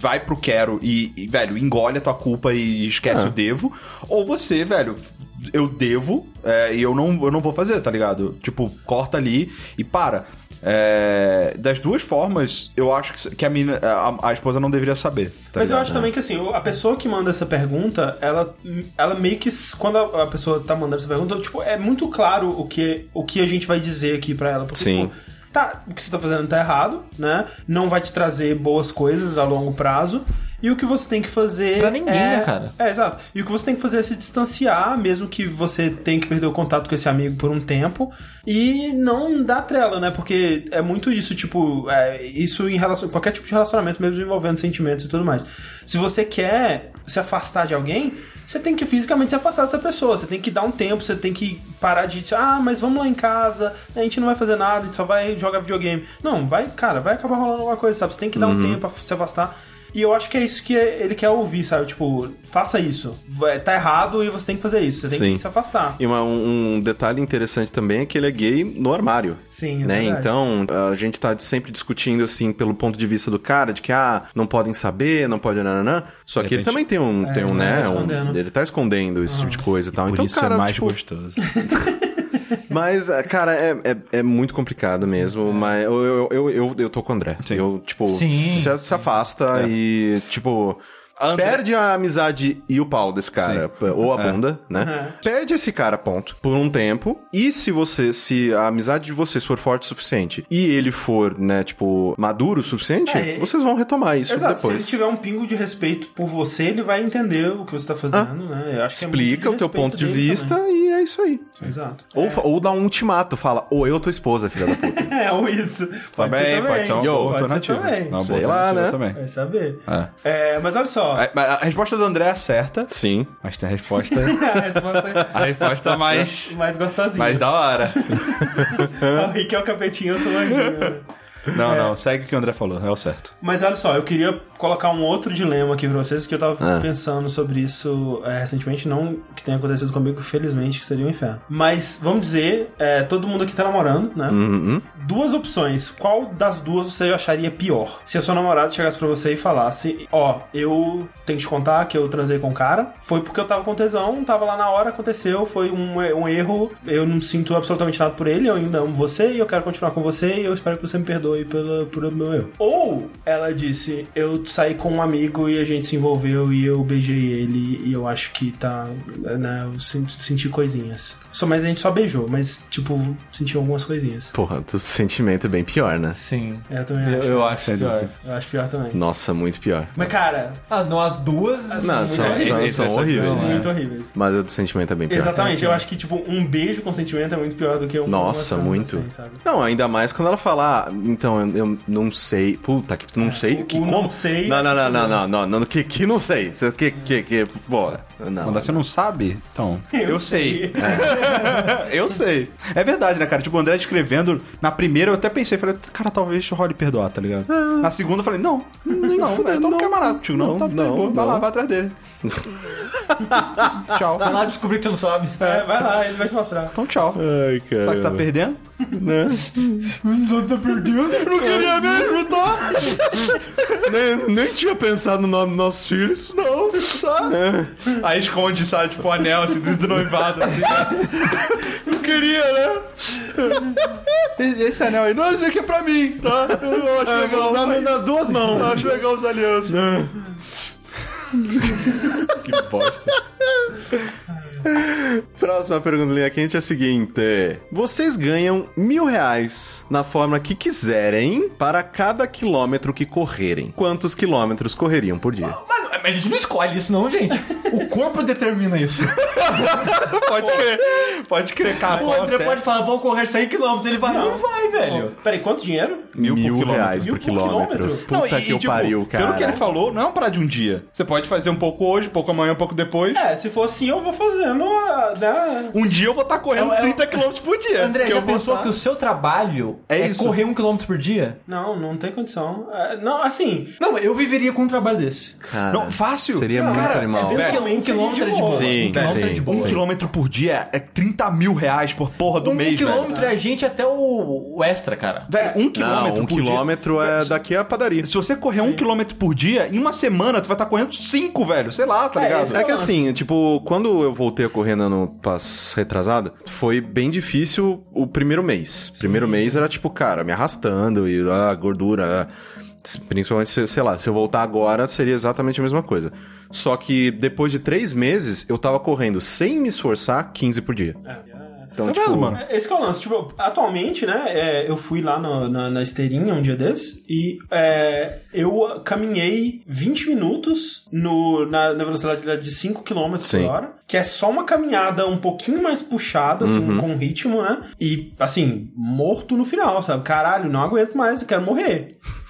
D: vai pro quero e, e, velho, engole a tua culpa e esquece
A: É.
D: o devo. Ou você, velho, eu devo é, e eu não, eu não vou fazer, tá ligado? Tipo, corta ali e para. É, das duas formas, eu acho que, que a, mina, a, a esposa não deveria saber. tá
C: Mas eu
D: ligado?
C: acho também que assim, o- a pessoa que manda essa pergunta, ela, ela meio que. s- Quando a a pessoa tá mandando essa pergunta, tipo, é muito claro o que, o que a gente vai dizer aqui pra ela. Porque,
A: Sim.
C: tipo, tá, o que você tá fazendo tá errado, né? Não vai te trazer boas coisas a longo prazo. E o que você tem que fazer.
B: Pra ninguém,
C: é-
B: né, cara?
C: É, exato. E o que você tem que fazer é se distanciar, mesmo que você tenha que perder o contato com esse amigo por um tempo. E não dar trela, né? Porque é muito isso, tipo, é, isso em relação. qualquer tipo de relacionamento, mesmo envolvendo sentimentos e tudo mais. Se você quer se afastar de alguém, você tem que fisicamente se afastar dessa pessoa. Você tem que dar um tempo, você tem que parar de. Ah, mas vamos lá em casa, a gente não vai fazer nada, a gente só vai jogar videogame. Não, vai, cara, vai acabar rolando alguma coisa, sabe? Você tem que dar
B: Uhum.
C: um tempo pra se afastar. E eu acho que é isso que ele quer ouvir, sabe? Tipo, faça isso. Vai- Tá errado e você tem que fazer isso. Você tem
A: Sim.
C: que se afastar.
A: E uma- um, um detalhe interessante também é que ele é gay no armário.
C: Sim, é
A: né?
C: verdade.
A: Então, a gente tá sempre discutindo, assim, pelo ponto de vista do cara, de que, ah, não podem saber, não pode... Nananã. Só que ele também tem um, tem um
C: ele
A: né?
C: tá
A: um-
C: escondendo. Ah.
A: ele tá escondendo esse tipo de coisa e tal. então,
D: é
A: cara, tipo,
D: gostoso.
A: mas, ah, cara, é, é, é muito complicado mesmo, mas eu, eu, eu, eu, eu tô com o André. Eu, tipo,
B: Sim,
A: se,
B: sim.
A: se afasta e, tipo...
D: André-
A: Perde a amizade e o pau desse cara, p- ou a bunda, né? Perde esse cara, ponto, por um tempo. E se você, se a amizade de vocês for forte o suficiente e ele for, né, tipo, maduro o suficiente,
C: É, e-
A: vocês vão retomar isso
C: Exato, se
A: tipo, depois.
C: ele tiver um pingo de respeito por você, ele vai entender o que você tá fazendo, né? Eu acho que é muito
A: Ah. Explica
C: de
A: o teu
C: respeito
A: ponto de
C: dele
A: vista
C: também.
A: e é isso aí.
C: Exato.
A: Ou, fa- ou dá um ultimato, fala, ou eu tua esposa, filha da puta.
C: É, ou isso.
A: Tá
C: Pode ser
D: Também,
C: também.
D: pode ser uma
A: Yo,
D: boa
C: pode ser
D: alternativa.
C: também.
D: Uma boa
A: Sei lá,
D: alternativa
A: né?
D: também.
C: Vai saber.
D: É.
C: É, mas olha só.
A: Ah.
D: A- mas A resposta do André é certa,
A: Sim.
D: mas tem a resposta.
C: a resposta
D: a resposta mais.
C: é mais gostosinha.
D: mais da hora.
C: O Rick é o capetinho, eu sou o anjinho. né?
D: Não, não, segue o que o André falou, é o certo.
C: Mas olha só, eu queria colocar um outro dilema aqui pra vocês, que eu tava
A: Ah.
C: pensando sobre isso é, recentemente, não que tenha acontecido comigo, felizmente, que seria um inferno. Mas, vamos dizer, é, todo mundo aqui tá namorando, né?
A: Uhum.
C: Duas opções. Qual das duas você acharia pior? Se a sua namorada chegasse pra você e falasse: Ó, eu tenho que te contar que eu transei com um cara. Foi porque eu tava com tesão, tava lá na hora, aconteceu, foi um, e- um erro. Eu não sinto absolutamente nada por ele, eu ainda amo você e eu quero continuar com você e eu espero que você me perdoe pela, pelo meu erro. Ou ela disse: Eu saí com um amigo e a gente se envolveu e eu beijei ele e eu acho que tá. Né, eu sen- senti coisinhas. Só, mas a gente só beijou, mas tipo, senti algumas coisinhas.
A: Porra, o sentimento é bem pior, né?
B: Sim.
C: É, Eu também
B: Eu,
C: acho.
B: eu acho
D: Sem
B: pior.
D: dúvida.
C: Eu acho pior também.
A: Nossa, muito pior.
C: Mas, cara,
B: Ah, não, as duas. Então,
A: Não,
C: muito
A: são,
C: horríveis,
A: são-
D: né?
A: são
D: Essas
A: horríveis.
D: duas, né?
C: muito horríveis.
A: Mas o do sentimento é bem pior.
C: Exatamente, eu acho que, tipo, um beijo com sentimento é muito pior do que um.
A: Nossa,
C: uma transa,
A: muito.
C: assim, sabe?
A: Não, ainda mais quando ela fala, ah, então eu, eu não sei. Puta, que não sei.
C: É, o-
A: Que,
C: o
A: como?
C: Tipo, não sei- é tipo um-
A: Não, não, não, não, não, não, não, que, que não sei. Cê- Que, que, que, pô, não.
D: Quando você não sabe, então. Eu, sei. eu sei. É verdade, né, cara? Tipo, o André escrevendo, na primeira eu até pensei, falei, cara, talvez role perdoar, tá ligado? Na segunda eu falei, não, não,
A: fudendo,
D: fudeu, então não
A: não.
D: quer mais nada contigo, não,
A: Não,
D: tá, tá de
A: não,
D: boa, vai
A: não.
D: lá, vai atrás dele. tchau.
B: Vai lá descobrir que você não sabe.
C: É, vai lá, ele vai te mostrar.
D: Então tchau.
A: Ai, cara.
D: Será que tá perdendo?
A: Né?
B: tá perdendo?
D: Eu não queria mesmo, tá?
A: nem, nem tinha pensado no nome dos nossos filhos, Né? não.
D: tá. Aí esconde, sabe, tipo, o anel, assim, do noivado, assim. Não queria, né? Esse anel aí, não, isso aqui é pra mim, tá? Eu acho
A: Vou
D: legal.
A: usar no- nas duas
D: Eu
A: mãos. Né?
D: acho legal os alianças. que bosta.
A: Próxima pergunta do linha quente é a seguinte: Vocês ganham mil reais na forma que quiserem para cada quilômetro que correrem. Quantos quilômetros correriam por dia?
B: Mas, Ah, mas a gente não escolhe isso, não, gente. O corpo determina isso.
D: Pode crer, pode crer, cara.
B: O André
D: Até
B: pode falar, vamos correr 100 km. Ele vai, não, vai, velho.
C: Peraí, quanto dinheiro?
D: mil por quilômetro.
A: reais
C: Mil
A: por
C: por
A: quilômetro.
C: quilômetro?
A: Puta
D: Não, e-
A: que
D: e,
A: eu
D: tipo,
A: pariu, cara.
D: Pelo que ele falou, não é uma parada de um dia. Você pode fazer um pouco hoje, um pouco amanhã, um pouco depois.
C: É, se for assim, eu vou fazendo. a- Né?
D: Um dia eu vou estar correndo
B: É, é,
D: 30 km por dia.
B: André,
D: porque
B: já
D: eu vou
B: pensou
D: tá-
B: que o seu trabalho
D: É
B: é,
D: isso.
B: correr um quilômetro por dia?
C: Não, não tem condição. É, não, assim.
B: Não, eu viveria com um trabalho desse.
A: Cara,
D: Não, fácil.
A: Seria muito
C: cara,
A: animal.
C: é
B: Um
C: velho.
B: quil- um
C: Realmente
B: quilômetro é de boa.
A: seria de boa. Sim,
B: um quilômetro
A: sim,
B: é de
D: Um
B: boa.
D: quilômetro por dia é 30 mil reais por porra do
B: um
D: mês,
B: quilômetro
D: velho.
B: é a gente até o, o extra, cara.
D: Velho, um
A: Não,
D: quilômetro
A: um
D: por
A: quilômetro
D: dia.
A: é daqui a padaria.
D: Velho, Se você correr um quilômetro por dia, em uma semana tu vai estar correndo cinco, velho. Sei lá, tá
C: É,
D: ligado?
C: isso
A: É que assim, tipo, quando eu voltei a correr no ano pass- retrasado, foi bem difícil o primeiro mês. Primeiro mês era tipo, cara, me arrastando e ah, gordura. ah. Principalmente, se- sei lá, se eu voltar agora seria exatamente a mesma coisa. Só que depois de três meses, eu tava correndo sem me esforçar 15 por dia.
C: É,
A: Então,
D: Tá
A: tipo,
D: vendo, mano?
C: É, Esse que é o lance. Tipo, atualmente, né? é, eu fui lá na, na, na esteirinha um dia desses e é, eu caminhei 20 minutos no, na, na velocidade de 5 km
A: Sim.
C: por hora, que é só uma caminhada um pouquinho mais puxada, assim,
A: Uhum.
C: com ritmo, né? E, assim, morto no final, sabe? Caralho, não aguento mais, eu quero morrer.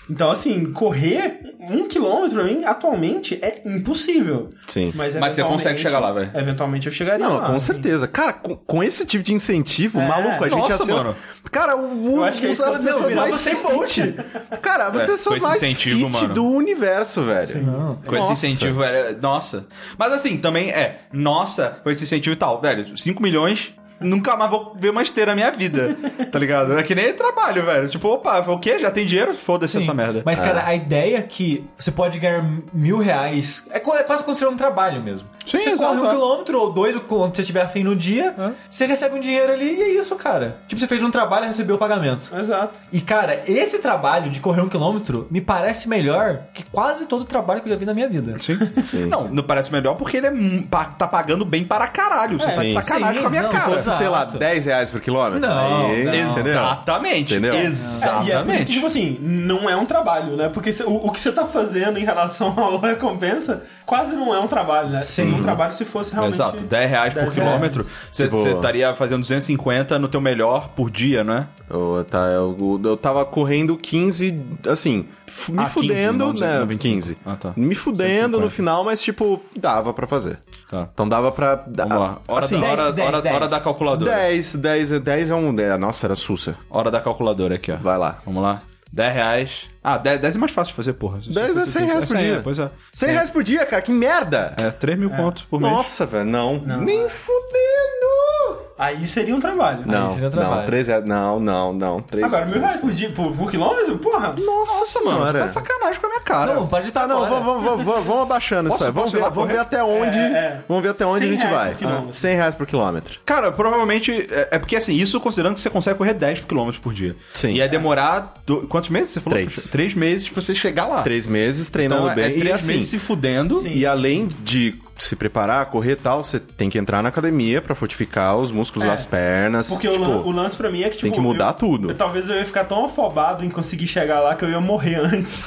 C: Então, assim, correr um quilômetro pra mim, atualmente, é impossível.
A: Sim.
C: Mas,
D: Mas você consegue
C: eventualmente-
D: chegar lá, velho.
C: Eventualmente eu chegaria
A: Não,
C: lá.
A: com
C: assim.
A: certeza. Cara, com, com esse tipo de incentivo, maluco, a gente
D: nossa,
A: ia ser-
D: mano.
A: Cara, o, o,
C: Eu acho que
A: as
C: é isso que eu
A: pessoas
C: virava
A: mais
C: sem
A: fit. Cara, as
D: É, com
A: pessoas
D: esse
A: mais
D: incentivo,
A: fit
D: mano.
A: do universo, velho.
D: Com esse
A: Nossa.
D: incentivo, era. Nossa. Mas assim, também é. Nossa, com esse incentivo e tal. Velho, 5 milhões. Nunca mais vou ver uma esteira na minha vida. tá ligado? É que nem trabalho, velho. Tipo, opa, o quê? Já tem dinheiro? Foda-se
B: Sim.
D: essa merda.
B: Mas, cara, a ideia que você pode ganhar mil reais é, co- é quase considerar é um trabalho mesmo.
D: Sim,
B: você
D: exato,
B: corre um
D: é.
B: quilômetro ou dois, o quanto você tiver afim no dia, você recebe um dinheiro ali e é isso, cara. Tipo, você fez um trabalho e recebeu o pagamento.
C: Exato.
B: E, cara, esse trabalho de correr um quilômetro me parece melhor que quase todo o trabalho que eu já vi na minha vida.
D: Sim. Não, não parece melhor porque ele é, mu- pa- tá pagando bem para caralho. Você tá de
A: sim.
D: sacanagem
B: Sim,
D: com a minha
B: não,
A: Se
D: cara.
A: fosse, sei lá,
B: exato.
A: 10 reais por quilômetro.
B: Não,
A: aí,
B: não.
A: entendeu?
D: Exatamente.
A: Entendeu?
C: É, e é por isso que,
D: Exatamente.
C: tipo assim, não é um trabalho, né? Porque cê- o, o que você tá fazendo em relação à recompensa quase não é um trabalho, né? Seria um trabalho se fosse realmente.
D: Exato, 10 reais por
C: 10
D: quilômetro. Você
A: Tipo-
D: você estaria fazendo 250 no teu melhor por dia, né?
A: Eu, tá, eu, eu tava correndo 15, assim, f- me
D: Ah, 15,
A: fudendo,
D: não,
A: né?
D: 25.
A: 15.
D: Ah, tá.
A: Me fudendo
D: 150.
A: no final, mas tipo, dava pra fazer.
D: Tá.
A: Então dava pra. da-
D: Vamos lá. Hora,
A: assim,
D: da, hora,
B: 10,
D: hora,
B: 10.
D: hora da calculadora.
A: 10, 10, 10 é um. é, nossa, era sussa.
D: Hora da calculadora aqui, ó.
A: Vai lá.
D: Vamos lá. 10 reais. Ah, 10, 10 é mais fácil de fazer, porra.
A: 10 é 100 reais por dia.
D: Pois é.
A: 100 reais por dia, cara, que merda!
D: É 3 mil contos por mês.
A: Nossa, velho, não. é. Nem fudendo!
C: Aí seria um trabalho.
A: Não,
B: seria
A: não,
B: trabalho.
A: 3 reais. Não, não, não. 3
C: Agora, mil reais por, dia, por, por quilômetro? Porra!
A: Nossa, mano,
D: você
A: você
D: tá de sacanagem com a minha cara.
B: Não, pode estar
A: Tá, não, vamos, vamos, vamos- vamos- vamos abaixando
D: Posso-
A: isso aí. Vamos
D: posso
A: ver,
D: ir lá
A: vamos ver
D: correr?
A: até onde,
C: É, é.
A: vamos ver até onde a
C: 100
A: gente
C: reais
A: vai.
C: por quilômetro.
A: 100 reais por quilômetro.
D: Cara, provavelmente. É, é porque assim, isso considerando que você consegue correr 10 km por dia.
A: Sim.
D: E ia demorar. do- quantos meses? Você falou?
A: Três.
D: 3 meses pra você chegar lá.
A: Três meses treinando
D: Então, é
A: bem.
D: 3
A: e assim,
D: meses se fudendo.
A: e além de se preparar, correr e tal, você tem que entrar na academia pra fortificar os músculos
C: É,
A: das pernas.
C: Porque o,
A: tipo,
C: lan- o lance pra mim é que, tipo,
A: tem que mudar
C: eu-
A: tudo.
C: eu- talvez eu ia ficar tão afobado em conseguir chegar lá que eu ia morrer antes.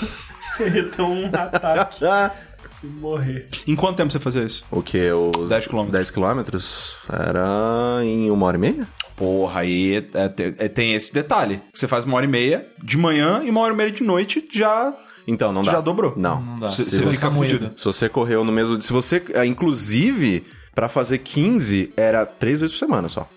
C: eu ia ter um ataque
A: Ah,
C: e morrer.
D: Em quanto tempo você fazia isso?
A: o que? Os
D: 10 quilômetros.
A: 10 quilômetros? Era em uma hora e meia?
D: Porra, aí é- te- é- tem esse detalhe. Você faz uma hora e meia de manhã e uma hora e meia de noite já.
A: Então, não dá.
D: Já dobrou.
A: Não.
B: dá.
A: Se,
D: Você
A: se
D: fica
A: você,
B: moído.
A: se você correu no mesmo... Se você... ah, Inclusive, pra fazer 15, era três vezes por semana só.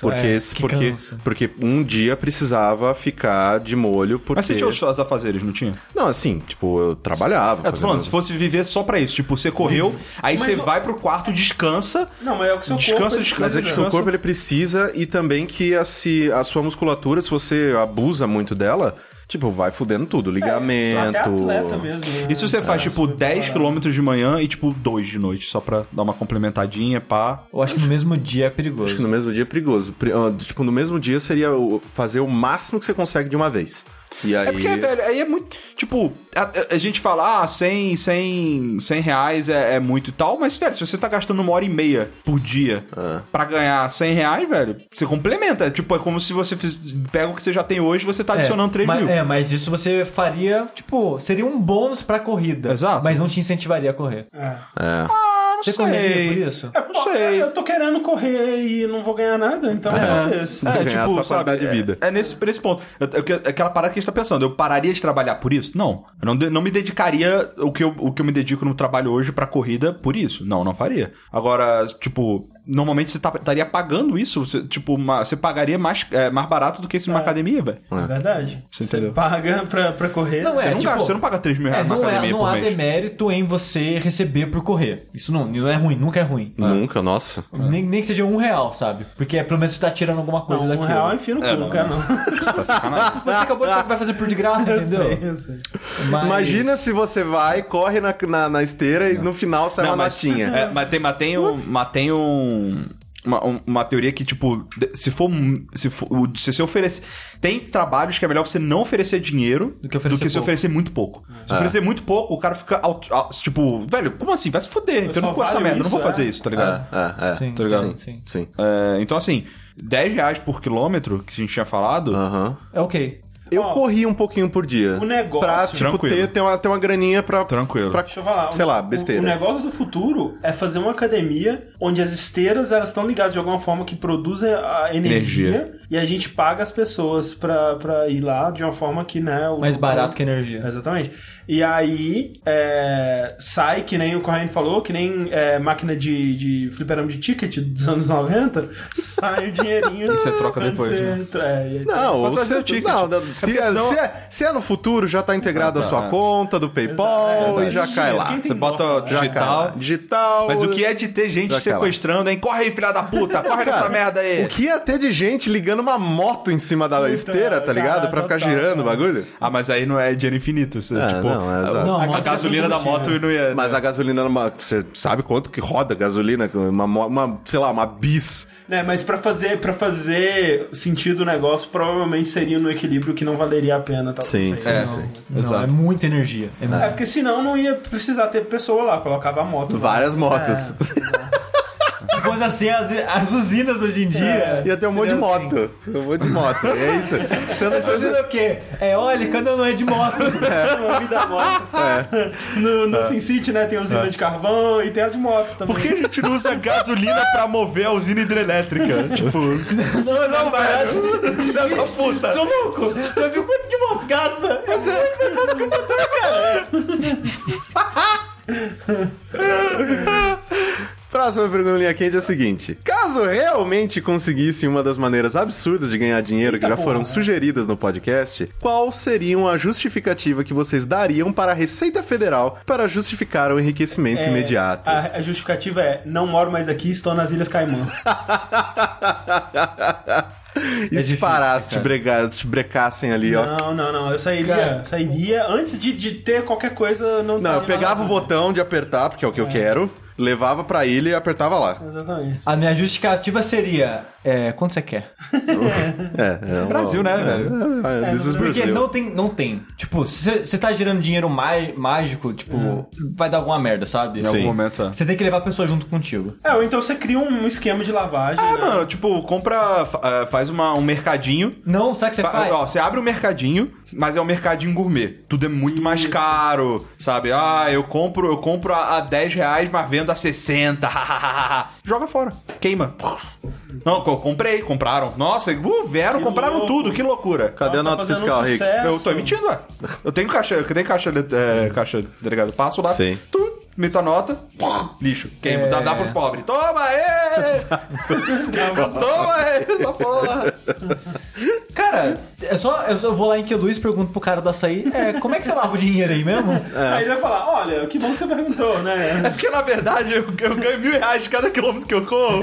A: Porque,
B: É, que
A: porque,
B: cansa.
A: porque um dia precisava ficar de molho, porque...
D: Mas você tinha os afazeres, não tinha?
A: Não, assim, tipo, eu trabalhava.
D: Eu tô
A: fazia
D: É, tá falando,
A: meus-
D: se fosse viver só pra isso, tipo, você correu, aí
C: Mas
D: você
C: o-
D: vai pro quarto, descansa.
C: Não, mas é o que seu
D: Descansa,
C: corpo... ele
D: descansa,
A: Mas é
C: precisa.
A: que seu corpo ele precisa e também que a, se, a sua musculatura, se você abusa muito dela, tipo, vai fudendo
B: É,
A: tudo. Ligamento.
C: Até atleta mesmo. né?
D: E se você faz, tipo, 10 km de manhã e, tipo, 2 de noite, só pra dar uma complementadinha, pá.
B: Eu acho que no mesmo dia é
A: Acho que
B: perigoso.
A: no mesmo dia é perigoso. Pri- ah, Tipo, no mesmo dia seria o- fazer o máximo que você consegue de uma vez. E aí.
D: É porque, velho, aí é muito. Tipo, a, a- a gente fala, ah, 100, 100, 100 reais é, é muito e tal, mas, velho, se você tá gastando uma hora e meia por dia
B: É.
D: pra ganhar 100 reais, velho, você complementa. É, Tipo, é como se você fiz- pega o que você já tem hoje e você tá adicionando 3
B: mas,
D: mil.
B: É, mas isso você faria, tipo, seria um bônus pra corrida.
D: Exato.
B: Mas não te incentivaria a correr.
C: É.
D: Ah, não
B: Você
D: sei.
B: correria por isso?
C: É, pô,
D: sei.
C: Eu tô querendo correr e não vou ganhar nada, então é isso.
A: É, ganhar só qualidade
D: é-
A: de vida.
D: É, nesse, nesse ponto. Eu- eu- aquela parada que a gente tá pensando, eu pararia de trabalhar por isso? Não. Eu não, de- não me dedicaria o que, eu, o que eu me dedico no trabalho hoje pra corrida por isso. Não, não faria. Agora, tipo, normalmente você tá- estaria pagando isso. Você, tipo, uma- você pagaria mais, é, mais barato do que isso numa academia, velho.
C: É verdade.
D: Você
C: Você,
D: entendeu?
C: paga pra, pra correr.
B: Não,
D: Você,
B: É,
D: não
B: tipo,
D: gasta- você não paga 3 mil
B: É,
D: reais numa
B: não, é,
D: academia
B: não
D: por
B: há
D: mês.
B: demérito em você receber por correr. Isso não, não é ruim, nunca é ruim.
A: Nunca, nossa.
B: Nem, nem que seja um real, sabe? Porque pelo menos você tá tirando alguma
C: Não,
B: coisa
C: um
B: daqui.
C: real enfia no cu,
D: não,
C: não quero não.
D: Tá de sacanagem.
B: Você acabou de falar que vai fazer por de graça,
C: Eu sei,
B: entendeu?
C: eu sei.
B: Mas-
A: Imagina se você vai, corre na, na, na esteira e no final sai uma notinha.
D: É, mas tem, mas tem um. Mas tem um. Uma, um- uma teoria que, tipo, de- se for. um- Se, for, o- se você oferecer. Tem trabalhos que é melhor você não oferecer dinheiro
B: Do que oferecer
D: se
B: pouco.
D: oferecer muito pouco.
C: É.
D: Se
A: É.
D: oferecer muito pouco, o cara fica. out- out- tipo, velho, como assim? Vai se fuder. Eu,
C: só
D: não curto essa
C: valho
D: merda, eu não
C: isso,
D: vou fazer
C: é?
D: isso, tá ligado?
A: É, é, é.
B: Sim,
D: Tá ligado?
B: sim, sim.
A: Sim.
D: É, então, assim, 10 reais por quilômetro, que a gente tinha falado.
A: Aham.
B: É ok.
A: Eu
C: Ó,
A: corri um pouquinho por dia.
C: o negócio-
A: Pra, tipo,
D: Tranquilo.
A: ter, ter, uma, ter uma graninha pra.
D: Tranquilo.
A: pra-
C: Deixa eu falar.
A: Sei
C: o-
A: lá,
C: o-
A: besteira.
C: O, negócio do futuro é fazer uma academia onde as esteiras elas estão ligadas de alguma forma que produzem a energia,
D: Energia.
C: e a gente paga as pessoas pra, pra ir lá de uma forma que, né... o-
B: Mais barato que energia.
C: Exatamente. E aí é, sai, que nem o Corrêa falou, que nem é, máquina de, de fliperama de ticket dos anos 90, sai o dinheirinho.
D: você troca
C: quando
D: depois,
C: você
D: né?
C: entra- é, e aí-
A: Não,
D: Pra trazer
A: você,
D: o ticket.
A: não, não, você Se, é,
C: senão-
A: se é- se é no futuro, já tá integrado
D: Ah, tá,
A: a sua
D: é.
A: conta do PayPal
D: Exato,
A: e já cai lá.
C: Quem tem
D: Você
C: dó,
D: bota
A: Já
C: cara?
A: cai lá.
D: digital.
A: Digital.
D: Mas o que é de ter gente
A: Já cai lá.
D: sequestrando, hein? Corre aí, filha da puta! Corre nessa merda aí!
A: O que ia ter de gente ligando uma moto em cima da esteira, tá
C: cara,
A: ligado? Pra ficar
C: total,
A: girando o
C: cara.
A: bagulho?
D: Ah, mas aí não é dinheiro infinito. Você,
A: É,
D: tipo,
A: não, é
D: a-
A: exato.
B: Não,
D: a,
B: mas
D: gasolina
C: é né?
D: da moto
C: combustível.
D: não ia. né?
A: Mas a gasolina, numa- você sabe quanto que roda a gasolina? Uma, mo- uma, sei lá, uma bis.
C: É, mas pra fazer, pra fazer sentido o negócio, provavelmente seria no equilíbrio que não valeria a pena. Tal,
A: Sim,
C: não
A: sim,
C: sei.
D: É,
C: Não.
B: Não,
D: Exato.
B: é muita energia. É
C: É,
B: muita.
C: porque senão não ia precisar ter pessoa lá, colocava a moto.
A: Várias
C: lá.
A: motos.
C: É.
B: Se fosse assim, as, as usinas hoje em dia.
C: É.
A: Ia ter um monte de
B: seriam assim.
A: moto. Um monte de moto. É isso. Você não
B: Mas
A: sabe.
B: usina é o quê? É
D: Hum.
B: eólica? Não, não é de moto.
C: Uma vida moto. No, no SimCity, né, tem a usina de carvão e tem as de moto também.
D: Por que a gente não usa gasolina pra mover a usina hidrelétrica? tipo,
B: Não, é não, barato.
D: filha da puta!
B: Sou louco. Já viu quanto que moto gasta? Mas é muito mais fácil que o motor, cara.
A: Próxima pergunta do linha quente é a seguinte: caso realmente conseguissem uma das maneiras absurdas de ganhar dinheiro que já foram sugeridas no podcast, qual seria a justificativa que vocês dariam para a Receita Federal para justificar o enriquecimento
C: É,
A: imediato?
C: A, a justificativa é, não moro mais aqui, estou nas Ilhas Caimã.
A: e se
B: difícil,
A: parasse, te,
B: cara.
A: brega- te brecassem ali, ó.
C: Não, não, não. Eu sairia.
B: Cara.
C: Sairia antes de, de ter qualquer coisa. Não,
A: Não, eu
C: estaria
A: pegava o
C: lá.
A: botão de apertar, porque é o que eu quero, levava pra ilha e apertava lá.
C: Exatamente.
B: A minha justificativa seria... É, quanto você quer?
A: É, é
D: Brasil, né, velho?
A: É, this is
B: Porque
A: Brazil.
B: não tem, não tem. Tipo, se você tá gerando dinheiro má- mágico, tipo,
D: É.
B: vai dar alguma merda, sabe?
D: Em algum
A: Sim.
D: momento é.
B: Você tem que levar a pessoa junto contigo.
C: É, ou então você cria um esquema de lavagem.
D: É,
C: né?
D: mano, tipo, compra, fa- eh, faz uma- um mercadinho.
B: Não, sabe o que você
D: Fa-
B: faz?
D: ó, você abre o mercadinho, mas é um mercadinho gourmet. Tudo é muito mais caro, sabe? Ah, eu compro, eu compro a, a 10 reais, mas vendo a 60. Joga fora. Queima. Não, eu comprei, compraram. Nossa, uh, vieram,
C: Que
D: compraram
C: louco.
D: tudo, que loucura.
A: Cadê a
C: Nossa,
A: nota
C: fazendo
A: fiscal,
C: um
A: Rick?
C: sucesso.
D: Eu tô emitindo, ué. Eu tenho caixa, eu tenho caixa, é, caixa delegado. Passo lá,
A: Sim.
D: tu, meto a nota, lixo. Queima,
B: É.
D: dá, dá pros pobres. Toma aí! Toma aí, essa porra!
B: Cara, é só, eu só vou lá em que Luiz pergunto pro cara do açaí, é, como é que você lava o dinheiro aí mesmo?
C: Aí ele vai falar: olha, que bom que você perguntou,
D: É
C: né?
D: porque, na verdade, eu, eu ganho mil reais cada quilômetro que eu corro.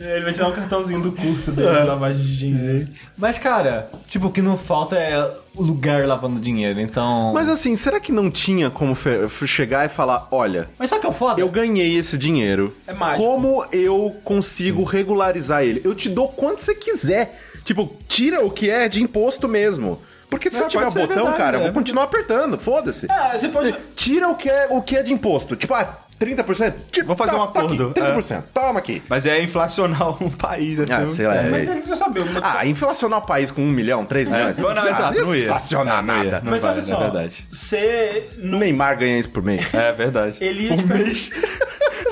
C: ele vai tirar um cartãozinho do curso dele de lavagem de dinheiro.
B: Mas, cara, tipo, o que não falta é o lugar lavando dinheiro, então...
A: Mas assim, será que não tinha como fe- f- chegar e falar, olha,
B: Mas sabe o que é o foda?
A: eu ganhei esse dinheiro.
C: É mágico.
A: Como eu consigo regularizar ele? Eu te dou quanto você quiser. Tipo, tira o que é de imposto mesmo. Porque se
D: É,
A: eu tiver
D: pode ser
A: botão,
D: verdade,
A: cara, eu
D: é.
A: vou continuar apertando, foda-se.
C: É, você pode.
A: Tira o que é, o que é de imposto. Tipo, ah, 30%? Tira,
D: Vamos fazer
A: tá-
D: um
A: tá aqui,
D: acordo,
A: 30%. Toma aqui.
D: Mas é inflacional um país, assim.
A: Ah, sei lá. é-
C: Mas eles já sabiam. mas-
A: Ah, inflacionar o país com um milhão, três milhões?
D: É.
A: Ah,
D: não, exato, não ia.
A: inflacionar
D: Não ia,
A: nada.
D: não
C: mas
D: vai,
C: olha
D: não
C: só.
D: É verdade.
C: Você.
A: O Neymar ganha isso por mês.
D: É verdade.
C: Ele ia,
D: Por
C: te per-
D: mês.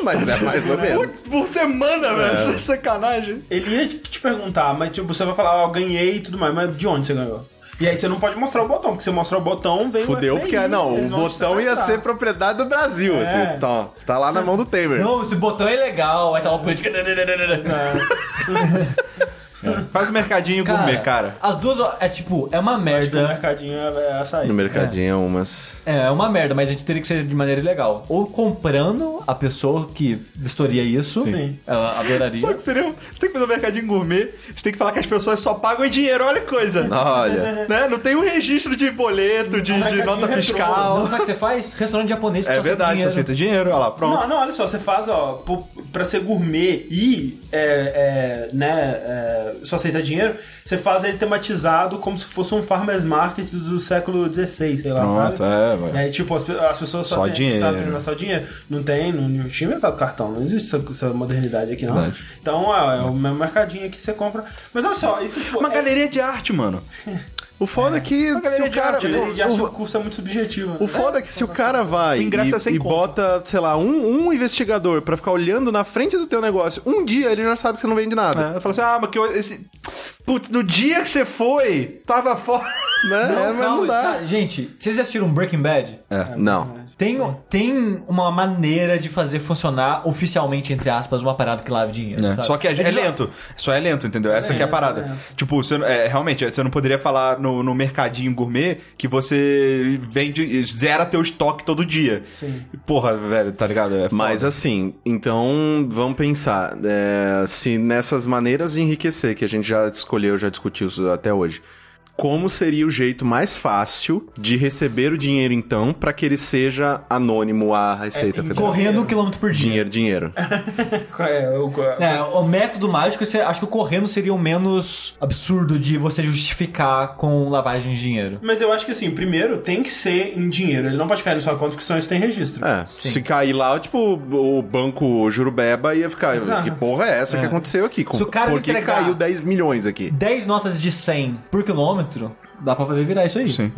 A: Mas é mais ou menos.
D: Por, por semana, velho. Isso é sacanagem.
C: ele ia te perguntar, mas tipo, você vai falar: ó, eu ganhei e tudo mais, mas de onde você ganhou? E aí você não pode mostrar o botão, porque se você mostrar o botão, vem. o
A: Fudeu,
C: FBI,
A: porque é, não, o
C: É eles vão te
A: botão ia
C: sequestrar.
A: ser propriedade do Brasil.
C: É.
A: assim, tá, tá lá na mão do Tamer.
B: Não, esse botão é legal, aí tá lá o político...
D: Faz o mercadinho gourmet, cara.
B: As duas, ó, é tipo, é uma
C: Acho que o
B: merda,
C: mercadinho é açaí.
A: No mercadinho é umas.
B: é é uma merda, mas a gente teria que ser de maneira ilegal. Ou comprando a pessoa que vistoria isso,
C: Sim.
B: ela adoraria.
D: Só que seria. um- Você tem que fazer um mercadinho gourmet, você tem que falar que as pessoas só pagam em dinheiro, olha que coisa.
A: Olha.
D: Né? Não tem um registro de boleto, de, de
C: Mercadinho
D: nota
C: retrô.
D: fiscal.
B: Não, sabe o que você faz? Restaurante japonês que
D: É
B: né? só aceita
D: verdade, você
B: dinheiro.
D: aceita dinheiro, olha lá, pronto.
C: Não, não, olha só, você faz, ó, pro- pra ser gourmet e, é, é, né, é, só aceitar dinheiro, você faz ele tematizado como se fosse um farmer's market do século XVI, sei lá,
D: Pronto,
C: sabe?
D: é, vai.
C: É, tipo, as, pe- as pessoas só,
D: Só
C: têm-
D: dinheiro.
C: sabem treinar só dinheiro. Não tem, não, não tinha inventado cartão, não existe essa, essa modernidade aqui, não.
D: Verdade.
C: Então, é, é o mesmo mercadinho aqui que você compra. Mas olha só, isso, tipo...
D: Uma
C: é,
D: galeria de arte, mano.
A: O foda é que
D: Uma
A: se
D: galeria
A: o
D: de
A: cara.
D: arte,
C: a galeria de arte,
A: o-
C: o curso é muito subjetivo.
A: O
C: né?
A: foda é que se o cara vai
D: O ingresso é sem
A: e, e
D: conta.
A: bota, sei lá, um, um investigador pra ficar olhando na frente do teu negócio, um dia ele já sabe que você não vende nada.
D: É, eu falo assim, ah, mas que eu- esse. Putz, no dia que você foi, tava fora.
A: Né?
B: Não,
A: É, mas não
B: calma,
A: dá.
B: tá, gente, vocês já assistiram Breaking Bad?
A: É, não.
B: Tem, tem uma maneira de fazer funcionar oficialmente, entre aspas, uma parada que lave dinheiro.
D: né?
B: sabe?
D: Só que é, é
B: de-
D: lento. Só é lento, entendeu? Essa que é a parada. Tipo, você, não- é, realmente, você não poderia falar no, no mercadinho gourmet que você vende, zera teu estoque todo dia.
C: Sim.
D: Porra, velho, tá ligado? É foda.
A: Mas assim, então vamos pensar é, se nessas maneiras de enriquecer que a gente já escolheu, já discutiu isso até hoje, como seria o jeito mais fácil de receber o dinheiro então para que ele seja anônimo à Receita Federal?
D: É.
B: Correndo um quilômetro por dia.
A: Dinheiro, dinheiro.
C: É, o-
B: É, o método mágico, você- acho que o correndo seria o menos absurdo de você justificar com lavagem de dinheiro.
C: Mas eu acho que assim, primeiro tem que ser em dinheiro. Ele não pode cair na sua conta, porque senão isso tem registro.
A: É, se cair lá, tipo, o banco Jurubeba ia ficar.
C: Exato.
A: Que porra é essa que aconteceu aqui?
B: Se o cara
A: Por que
B: entregar-
A: caiu 10 milhões aqui?
B: 10 notas de 100 por quilômetro, dá pra fazer virar isso aí.
D: Sim.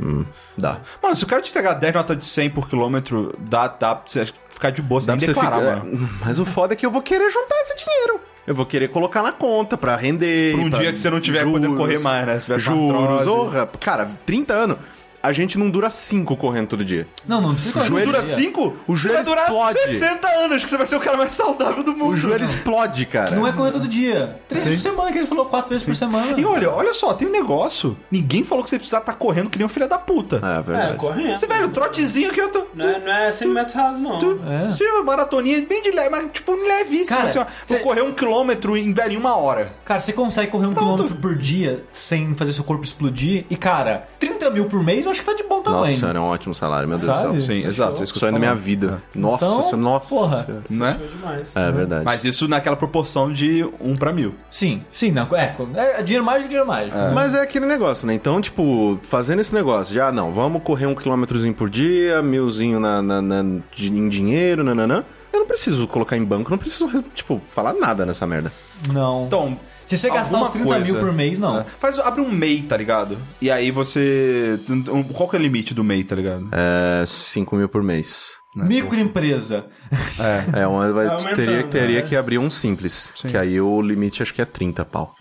A: Dá.
D: Mano, se o cara te entregar 10 notas de 100 por quilômetro, dá, dá pra você ficar de boa, você
A: Dá
D: nem
A: pra você
D: declarar,
A: ficar-
D: mano.
A: é, Mas o foda é que eu vou querer juntar esse dinheiro. Eu vou querer colocar na conta pra render.
D: Pra um
A: pra
D: dia que você não tiver
A: juros,
D: podendo correr mais, né? Se tiver
A: Juros,
D: artrose.
A: orra. Cara, 30 anos. A gente não dura 5 correndo todo dia.
B: Não, não precisa correr
A: é, Joelho
B: todo
A: dura
B: dia.
D: 5?
A: O joelho
D: vai durar
A: explode.
D: 60 anos, que você vai ser o cara mais saudável do mundo.
A: O joelho explode, cara.
B: Não é correr todo dia. Três vezes por semana, que ele falou quatro vezes por semana.
D: E olha, olha só, tem um negócio. Ninguém falou que você precisava estar correndo que nem um filho da puta.
A: É,
C: É,
A: verdade.
B: né?
C: correndo.
D: Você, velho, trotezinho que eu tô.
C: Não é, não é 100 metros rasos, não.
D: Tu,
B: É.
D: Tinha maratoninha bem de leve, mas tipo levíssima.
B: Cara,
D: assim, ó.
B: cê-
D: Vou correr um quilômetro em, velho, em uma hora.
B: Cara, você consegue correr um quilômetro por dia sem fazer seu corpo explodir. E, cara, 30 mil por mês eu acho que tá de bom tamanho.
A: Nossa, era um ótimo salário, meu Deus
B: Sabe?
A: do céu.
D: Sim, exato. É isso que eu tô
A: Sonho da minha
D: falando. É.
A: vida. Nossa,
B: Então,
A: senhora, nossa.
B: porra.
A: senhora.
D: Não é?
C: Demais.
A: É verdade.
D: Mas isso naquela proporção de um pra mil.
B: Sim, sim, não. É, é dinheiro mágico, dinheiro mágico.
A: Mas é aquele negócio, né? Então, tipo, fazendo esse negócio de, ah, não, vamos correr um quilômetrozinho por dia, milzinho na, na- na- de- em dinheiro, nananã. Eu não preciso colocar em banco, não preciso, tipo, falar nada nessa merda.
B: Não.
D: Então.
B: Se você gastar
D: alguma
B: uns 30 mil
D: coisa-
B: por mês, não.
D: É. Faz, abre um MEI, tá ligado? E aí você. um- Qual que é o limite do MEI, tá ligado?
A: É, 5 mil por mês.
B: Microempresa.
A: É, uma, vai-
C: Tá aumentando,
A: teria, teria
C: né?
A: que abrir um simples, que aí o limite acho que é 30 pau.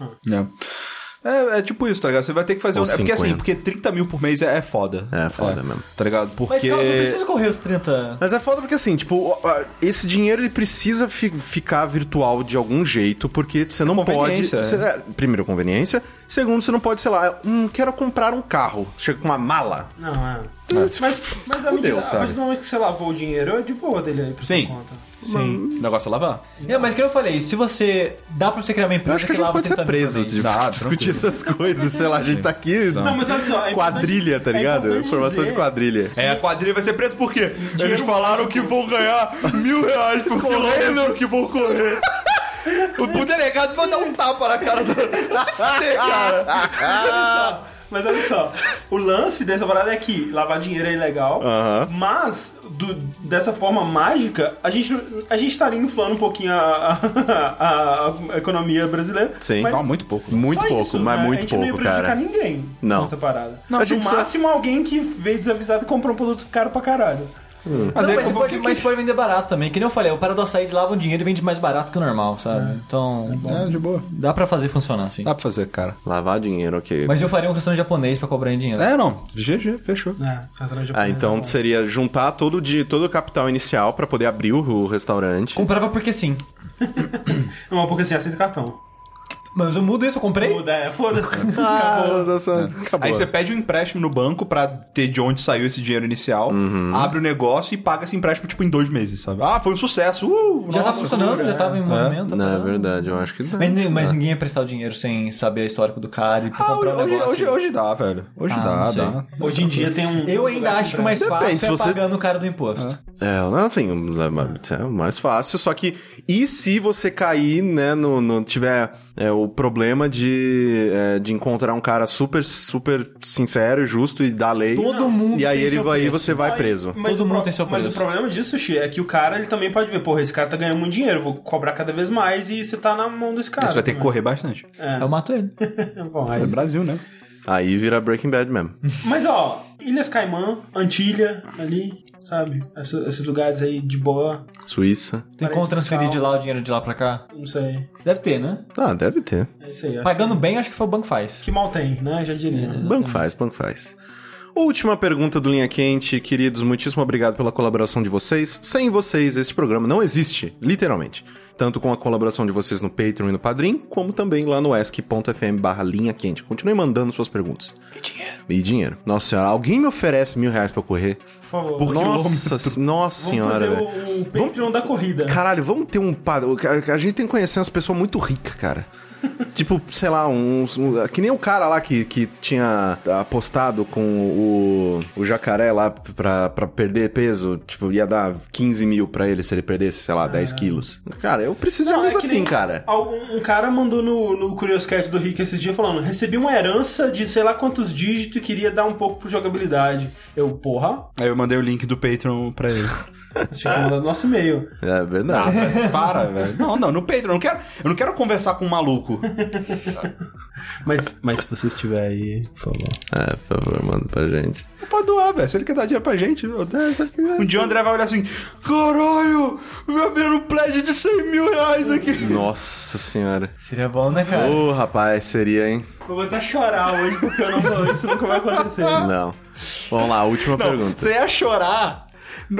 D: É. É, é tipo isso, tá ligado? Você vai ter que fazer
A: Ou
D: um. É porque assim,
A: 50.
D: porque 30 mil por mês é, é foda.
A: É, foda mesmo.
D: Tá ligado?
B: Mas,
D: Porque.
B: cara, você precisa correr os 30.
A: Mas é foda porque assim, tipo, o- a- esse dinheiro ele precisa fi- ficar virtual de algum jeito, porque
C: É
A: você não pode.
D: conveniência,
A: Você,
D: né?
A: é, primeiro, conveniência. Segundo, você não pode, sei lá, hum, quero comprar um carro. Chega com uma mala.
C: Não, é.
A: Mas,
C: Mas, mas a,
A: Fudeu,
C: medida, a
A: sabe?
C: partir do momento que você lavou o dinheiro, é de boa dele aí pra
D: Sim.
C: sua conta.
B: Sim.
D: O negócio é lavar.
B: É, mas que eu falei, se você. Dá pra você criar uma empresa
A: Eu acho que a gente
B: lava
A: pode ser
B: 30 mil por
A: preso
B: mês.
A: de
D: Dá,
A: discutir
D: tranquilo.
A: essas coisas, sei lá, a gente tá aqui.
C: Não, mas olha só, é importante-
A: quadrilha, tá
C: é
A: ligado?
C: importante
A: Formação
C: dizer-
A: de quadrilha.
D: É, a quadrilha vai ser presa por quê? Eles falaram que vão ganhar mil reais por correndo que vão correr. O o delegado vai dar um tapa na cara do. Se fuder, cara.
C: Olha só, Mas olha só, o lance dessa parada é que lavar dinheiro é ilegal,
A: Aham.
C: mas do- dessa forma mágica, a gente, a gente estaria inflando um pouquinho a, a- a- a economia brasileira.
A: Sim.
C: mas
A: Não,
D: Tá muito pouco.
A: Muito
C: só
A: pouco,
C: isso,
A: mas
C: né?
A: muito
C: A
A: pouco,
C: gente não ia prejudicar
A: cara.
C: ninguém
A: Não.
C: nessa parada.
A: Não, a gente
C: no
A: só-
C: máximo alguém que veio desavisado e comprou um produto caro pra caralho.
B: Mas, não, mas,
D: aí, como-
B: você pode,
D: que-
B: mas pode vender barato também. Que nem eu falei, o Paradoxai eles lavam dinheiro e vende mais barato que o normal,
D: É.
B: sabe? Então.
D: de boa.
B: Dá pra fazer funcionar, assim.
D: Dá pra fazer, cara.
A: Lavar dinheiro, ok.
B: Mas eu faria um restaurante japonês pra cobrar em dinheiro.
D: É, não. GG, fechou.
C: É, restaurante
A: Ah,
C: japonês é
A: então
C: bom.
A: seria juntar todo, de, todo o capital inicial pra poder abrir o, o restaurante.
B: Comprava porque sim.
C: Não, porque assim, aceita cartão.
B: Mas eu mudo isso, eu comprei?
C: Muda, é, foda-se.
A: Ah,
C: É.
A: nossa, acabou.
D: Aí você pede um empréstimo no banco pra ter de onde saiu esse dinheiro inicial, abre o negócio e paga esse empréstimo, tipo, em dois meses, sabe? Ah, foi um sucesso! Uh,
B: já
D: nossa.
B: tava funcionando, já tava em movimento.
A: Não,
B: tá?
A: é verdade, eu acho que dá.
B: Mas, ni- mas ninguém ia prestar o dinheiro sem saber a histórico do cara e pra
D: Ah,
B: comprar
D: hoje,
B: o
D: hoje,
B: negócio.
D: hoje, hoje dá, velho. Hoje
B: Ah,
D: dá,
B: não sei.
D: dá.
C: Hoje em dia tem um.
B: Eu ainda acho que o mais
A: Depende,
B: fácil
A: se
B: é
A: você-
B: pagando o cara do imposto.
A: É, não, assim, é mais fácil, só que. E se você cair, né, no, no- tiver é, o problema de, é, de encontrar um cara super, super sincero e justo e da lei.
B: Todo mundo
A: E aí
B: tem
A: ele
B: seu
A: vai,
B: preço.
A: você vai preso.
B: Todo
C: o
B: mundo
C: pro-
B: tem seu
C: Mas
B: preço.
C: o problema disso, Xi, é que o cara ele também pode ver, porra, esse cara tá ganhando muito dinheiro, vou cobrar cada vez mais e você tá na mão desse cara.
D: Você vai ter que correr bastante.
B: Eu mato ele.
C: Bom, é
D: É
C: isso.
D: Brasil, né?
A: Aí vira Breaking Bad mesmo.
C: Mas ó, Ilhas Caimã, Antilha, ali, sabe? Essa- esses lugares aí de boa,
A: Suíça.
B: Tem como transferir de lá o dinheiro de lá pra cá?
C: não sei.
B: Deve ter, né?
A: Ah, deve ter.
C: É isso aí. acho
B: Pagando bem, acho que foi o banco faz.
C: que mal tem, né? Já diria.
A: Banco faz, banco faz. Última pergunta do Linha Quente, queridos, muitíssimo obrigado pela colaboração de vocês. Sem vocês, este programa não existe, literalmente. Tanto com a colaboração de vocês no Patreon e no Padrim, como também lá no ask.fm barra linha quente. Continue mandando suas perguntas. E dinheiro. E dinheiro. Nossa senhora, alguém me oferece mil reais pra eu correr?
C: Por favor.
A: nossa, se- nossa
C: Vamos
A: senhora,
C: fazer
A: velho.
C: o, o Patreon da corrida.
A: Caralho, vamos ter um padrão. A gente tem que conhecer umas pessoas muito ricas, cara. tipo, sei lá, uns. um- que nem o cara lá que, que tinha apostado com o, o jacaré lá pra, pra perder peso. Tipo, ia dar 15 mil pra ele se ele perdesse, sei lá, 10 quilos. Cara, eu preciso de
C: Ah. Não, é
A: amigo
C: que
A: assim,
C: nem
A: cara.
C: algum- um cara mandou no, no Curioscat do Rick esses dias falando: recebi uma herança de sei lá quantos dígitos e queria dar um pouco pro jogabilidade. Eu, porra,
D: Aí eu mandei o link do Patreon pra ele.
C: você tinha que mandar no nosso e-mail.
A: É verdade.
D: Para, velho. Não, não, no Patreon. Eu não quero, eu não quero conversar com um maluco.
C: Mas, mas se você estiver aí, por favor.
A: é, por favor, manda pra gente.
D: Pode doar, velho. Se ele quer dar dinheiro pra gente, eu dou. Um dia o André vai olhar assim: caralho, meu abrindo pledge de 100 mil reais aqui.
A: Nossa senhora.
B: Seria bom, né,
A: Ô,
B: cara?
A: rapaz, seria, hein?
C: Eu vou até chorar hoje porque eu não vou, isso nunca vai acontecer.
A: Não. Vamos lá, última pergunta.
D: Então, Você ia chorar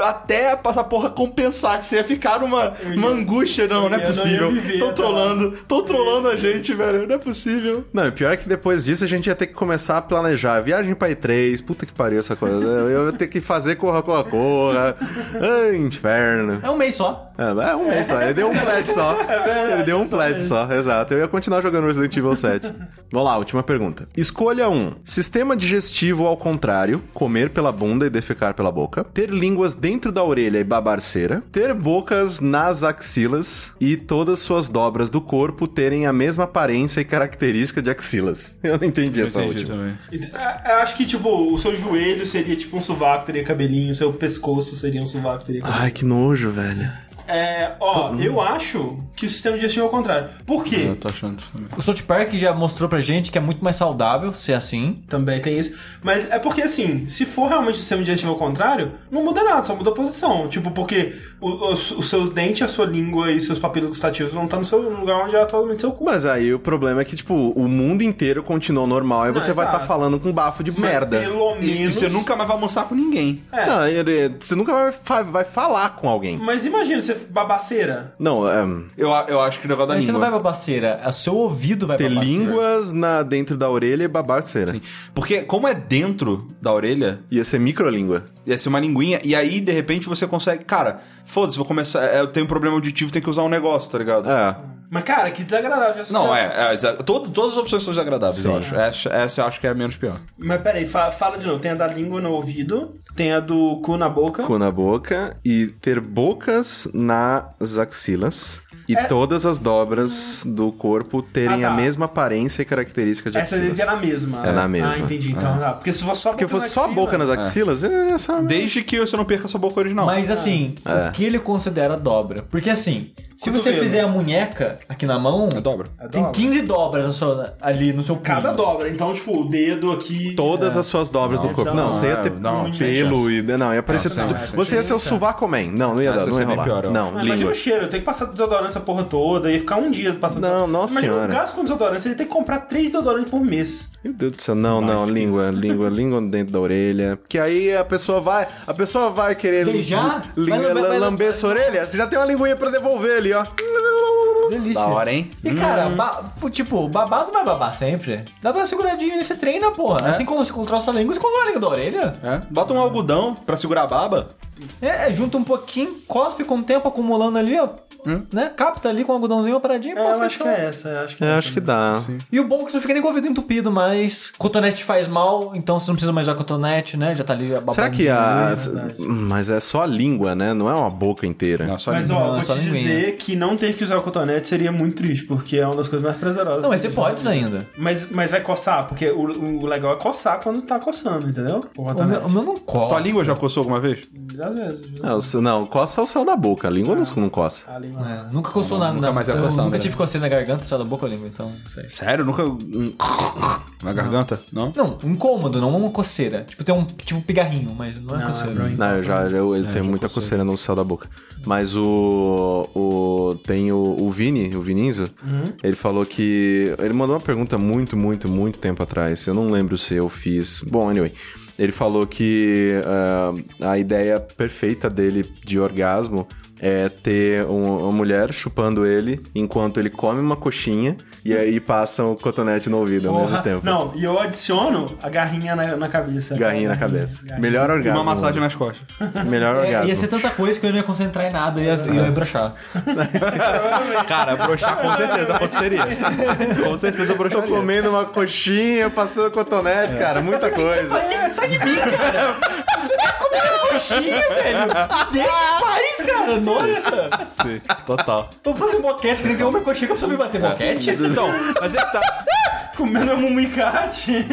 D: até essa porra compensar, que você ia ficar numa, numa angústia. Não,
C: eu
D: não é
C: não
D: possível.
C: ia viver tá
D: Tão
C: até
D: trolando, tão trolando a gente, velho. Não é possível.
A: Não, e pior é que depois disso a gente ia ter que começar a planejar a viagem pra E3, puta que pariu essa coisa. Eu ia ter que fazer corra, corra, corra. Ai, inferno.
B: É um mês só.
A: É, é um mês só, ele deu um plat só. Ele deu um plat só, exato. Eu ia continuar jogando Resident Evil 7. Vamos lá, última pergunta. Escolha um: sistema digestivo ao contrário, comer pela bunda e defecar pela boca, ter línguas dentro da orelha e babar cera, ter bocas nas axilas e todas suas dobras do corpo terem a mesma aparência e característica de axilas. Eu não entendi essa última.
C: E, é, Eu acho que, tipo, o seu joelho seria tipo um sovaco, teria cabelinho, o seu pescoço seria um sovaco, teria cabelinho.
A: Ai, que nojo, velho.
C: É, ó, eu acho que o sistema digestivo é o contrário. Por quê?
D: tô achando isso também.
B: O South Park já mostrou pra gente que é muito mais saudável ser assim.
C: Também tem isso. Mas é porque, assim, se for realmente o sistema digestivo ao contrário, não muda nada, só muda a posição. Tipo, porque o- os, os seus dentes, a sua língua e seus papilos gustativos vão estar no, seu, no lugar onde é atualmente seu cu.
A: Mas aí o problema é que, tipo, o mundo inteiro continua normal e você vai estar
C: exato.
A: falando com bafo de merda.
C: Pelo
D: E, e
C: menos.
D: você nunca mais vai almoçar com ninguém.
C: É.
A: Não, ele- você nunca vai, fa- vai falar com alguém.
C: Mas imagina você babaceira.
A: Não, é,
D: Eu, a- eu acho que o negócio da
B: Mas você não
D: língua.
B: vai pra baceira, o seu ouvido vai
A: ter
B: pra baceira.
A: línguas na, dentro da orelha é e babar cera.
D: Porque como é dentro da orelha,
A: Ia ser microlíngua.
D: ia ser uma linguinha, e aí, de repente, você consegue... Cara, foda-se, vou começar... é, Eu tenho um problema auditivo, tenho que usar um negócio, tá ligado?
A: É.
C: Mas, cara, que desagradável. essa
D: Não,
C: situação.
D: é... é, exa- todo- todas as opções são desagradáveis, eu acho. Essa, essa eu acho que é a menos pior.
C: Mas peraí, fa- fala de novo. Tem a da língua no ouvido, tem a do cu na boca.
A: Cu na boca e ter bocas nas axilas. E
C: É.
A: todas as dobras do corpo terem
C: Ah, tá.
A: a mesma aparência e característica de
C: Essa
A: axilas.
C: é na mesma.
A: É na mesma.
C: Ah, entendi. Então, tá. Porque se for só a
A: Porque
C: boca é na
A: fosse só a
C: axila-
A: boca nas axilas, é, essa...
D: Desde que você não É. perca a sua boca original.
B: Mas assim, o que ele considera dobra? Porque assim, se você
C: Cotovelo.
B: fizer a munheca aqui na mão,
D: É dobra.
B: tem
C: dobra.
B: 15 dobras no seu- ali no seu punho.
C: Cada dobra. Então, tipo, o dedo aqui.
A: Todas as suas dobras do corpo.
C: não,
A: Não, você ia
D: não,
A: ter
D: não, não tinha
A: pelo e. Não, ia aparecer
D: Nossa,
A: tudo.
D: não, essa
A: você ia ser o
C: seria-
A: suvacomen. Não, não ia
D: Essa
A: dar, não ia
D: seria
A: rolar.
D: pior, eu
A: não,
D: acho.
C: Ah, Imagina
A: língua.
C: o cheiro, eu tenho que passar desodorante essa porra toda, ia ficar um dia passando.
A: Não, nossa
C: Imagina
A: senhora.
C: o gasto com desodorante, você ia ter que comprar três desodorantes por mês.
A: Meu Deus do céu, não, não, língua, língua, língua dentro da orelha. Porque aí a pessoa vai, a pessoa vai querer
B: Beijar?
A: li-
B: Vai- vai-
A: la-
B: vai-
A: lamber sua orelha, você já tem uma linguinha pra devolver ali, ó.
B: Delícia.
D: Da hora, hein? Hum.
B: E cara, ba- tipo, babado vai babar sempre. Dá pra seguradinha ali, você treina, porra. Assim como você controla sua língua, você controla a língua da orelha.
D: É. Bota um algodão pra segurar a baba.
B: É, é, junta um pouquinho, cospe com o tempo acumulando ali, ó.
D: Hum.
B: Né? Capta ali com um algodãozinho uma paradinha.
C: É, eu acho que é essa, eu acho que é,
A: É,
C: essa.
A: acho que dá.
B: E o bom é que você não fica nem com o ouvido entupido, mas cotonete faz mal, então você não precisa mais usar cotonete, né? Já tá ali a
A: Será que a.
C: verdade.
A: Mas é só a língua, né? Não é uma boca inteira.
D: Não, É, só
C: Mas
D: língua.
C: ó,
B: Não,
C: vou
B: só
C: te
B: linguinha.
C: dizer que não ter que usar o cotonete seria muito triste, porque é uma das coisas mais prazerosas.
B: Não, mas você
C: Mas-
B: pode ainda.
C: Mas, mas vai coçar, porque o, o legal é coçar quando tá coçando, entendeu? O
B: O meu,
C: cotonete.
B: o meu não cola.
D: Tua língua já coçou alguma vez?
C: Às vezes.
A: Não, o- não, coça é o céu da boca, a língua não,
D: Tá.
A: não coça.
C: A língua.
B: É, nunca coçou nada.
D: nunca
B: na-
D: mais ia
B: eu
D: coçar,
B: Nunca
D: né?
B: tive coceira na garganta, só da boca ou língua, então. não sei.
D: Sério? Nunca... um- Na garganta? Não?
B: Não, incômodo, não uma coceira. Tipo, tem um tipo um pigarrinho, mas não é coceira.
C: pra mim.
A: Não, eu já eu, eu tenho muita coceira no céu da boca. Mas o. o tem o, o Vini, o Vininzo, ele falou que. Ele mandou uma pergunta muito, muito, muito tempo atrás. Eu não lembro se eu fiz. Bom, anyway. Ele falou que ah, a ideia perfeita dele de orgasmo é ter um- uma mulher chupando ele enquanto ele come uma coxinha e aí passa o cotonete no ouvido ao mesmo
C: Porra.
A: tempo.
C: Não, e eu adiciono a garrinha na, na cabeça.
A: Garrinha na cabeça. Melhor
D: E
A: orgasmo.
D: uma massagem nas costas.
A: Melhor
B: É,
A: orgasmo.
B: ia ser tanta coisa que eu não ia concentrar em nada e ia, ia, ia broxar.
D: Cara, broxar com certeza aconteceria. Com certeza
A: Tô
D: broxaria.
A: tá comendo uma coxinha, passando cotonete, cara, É. muita coisa.
B: Sai de mim, cara! Você tá comendo coxinha, velho! Deixa em paz, cara! Nossa!
D: Sim, total.
B: Vou fazer boquete, que nem tem uma coxinha que eu preciso me bater boquete?
D: Então, mas é que tá.
C: Comendo a mumicate.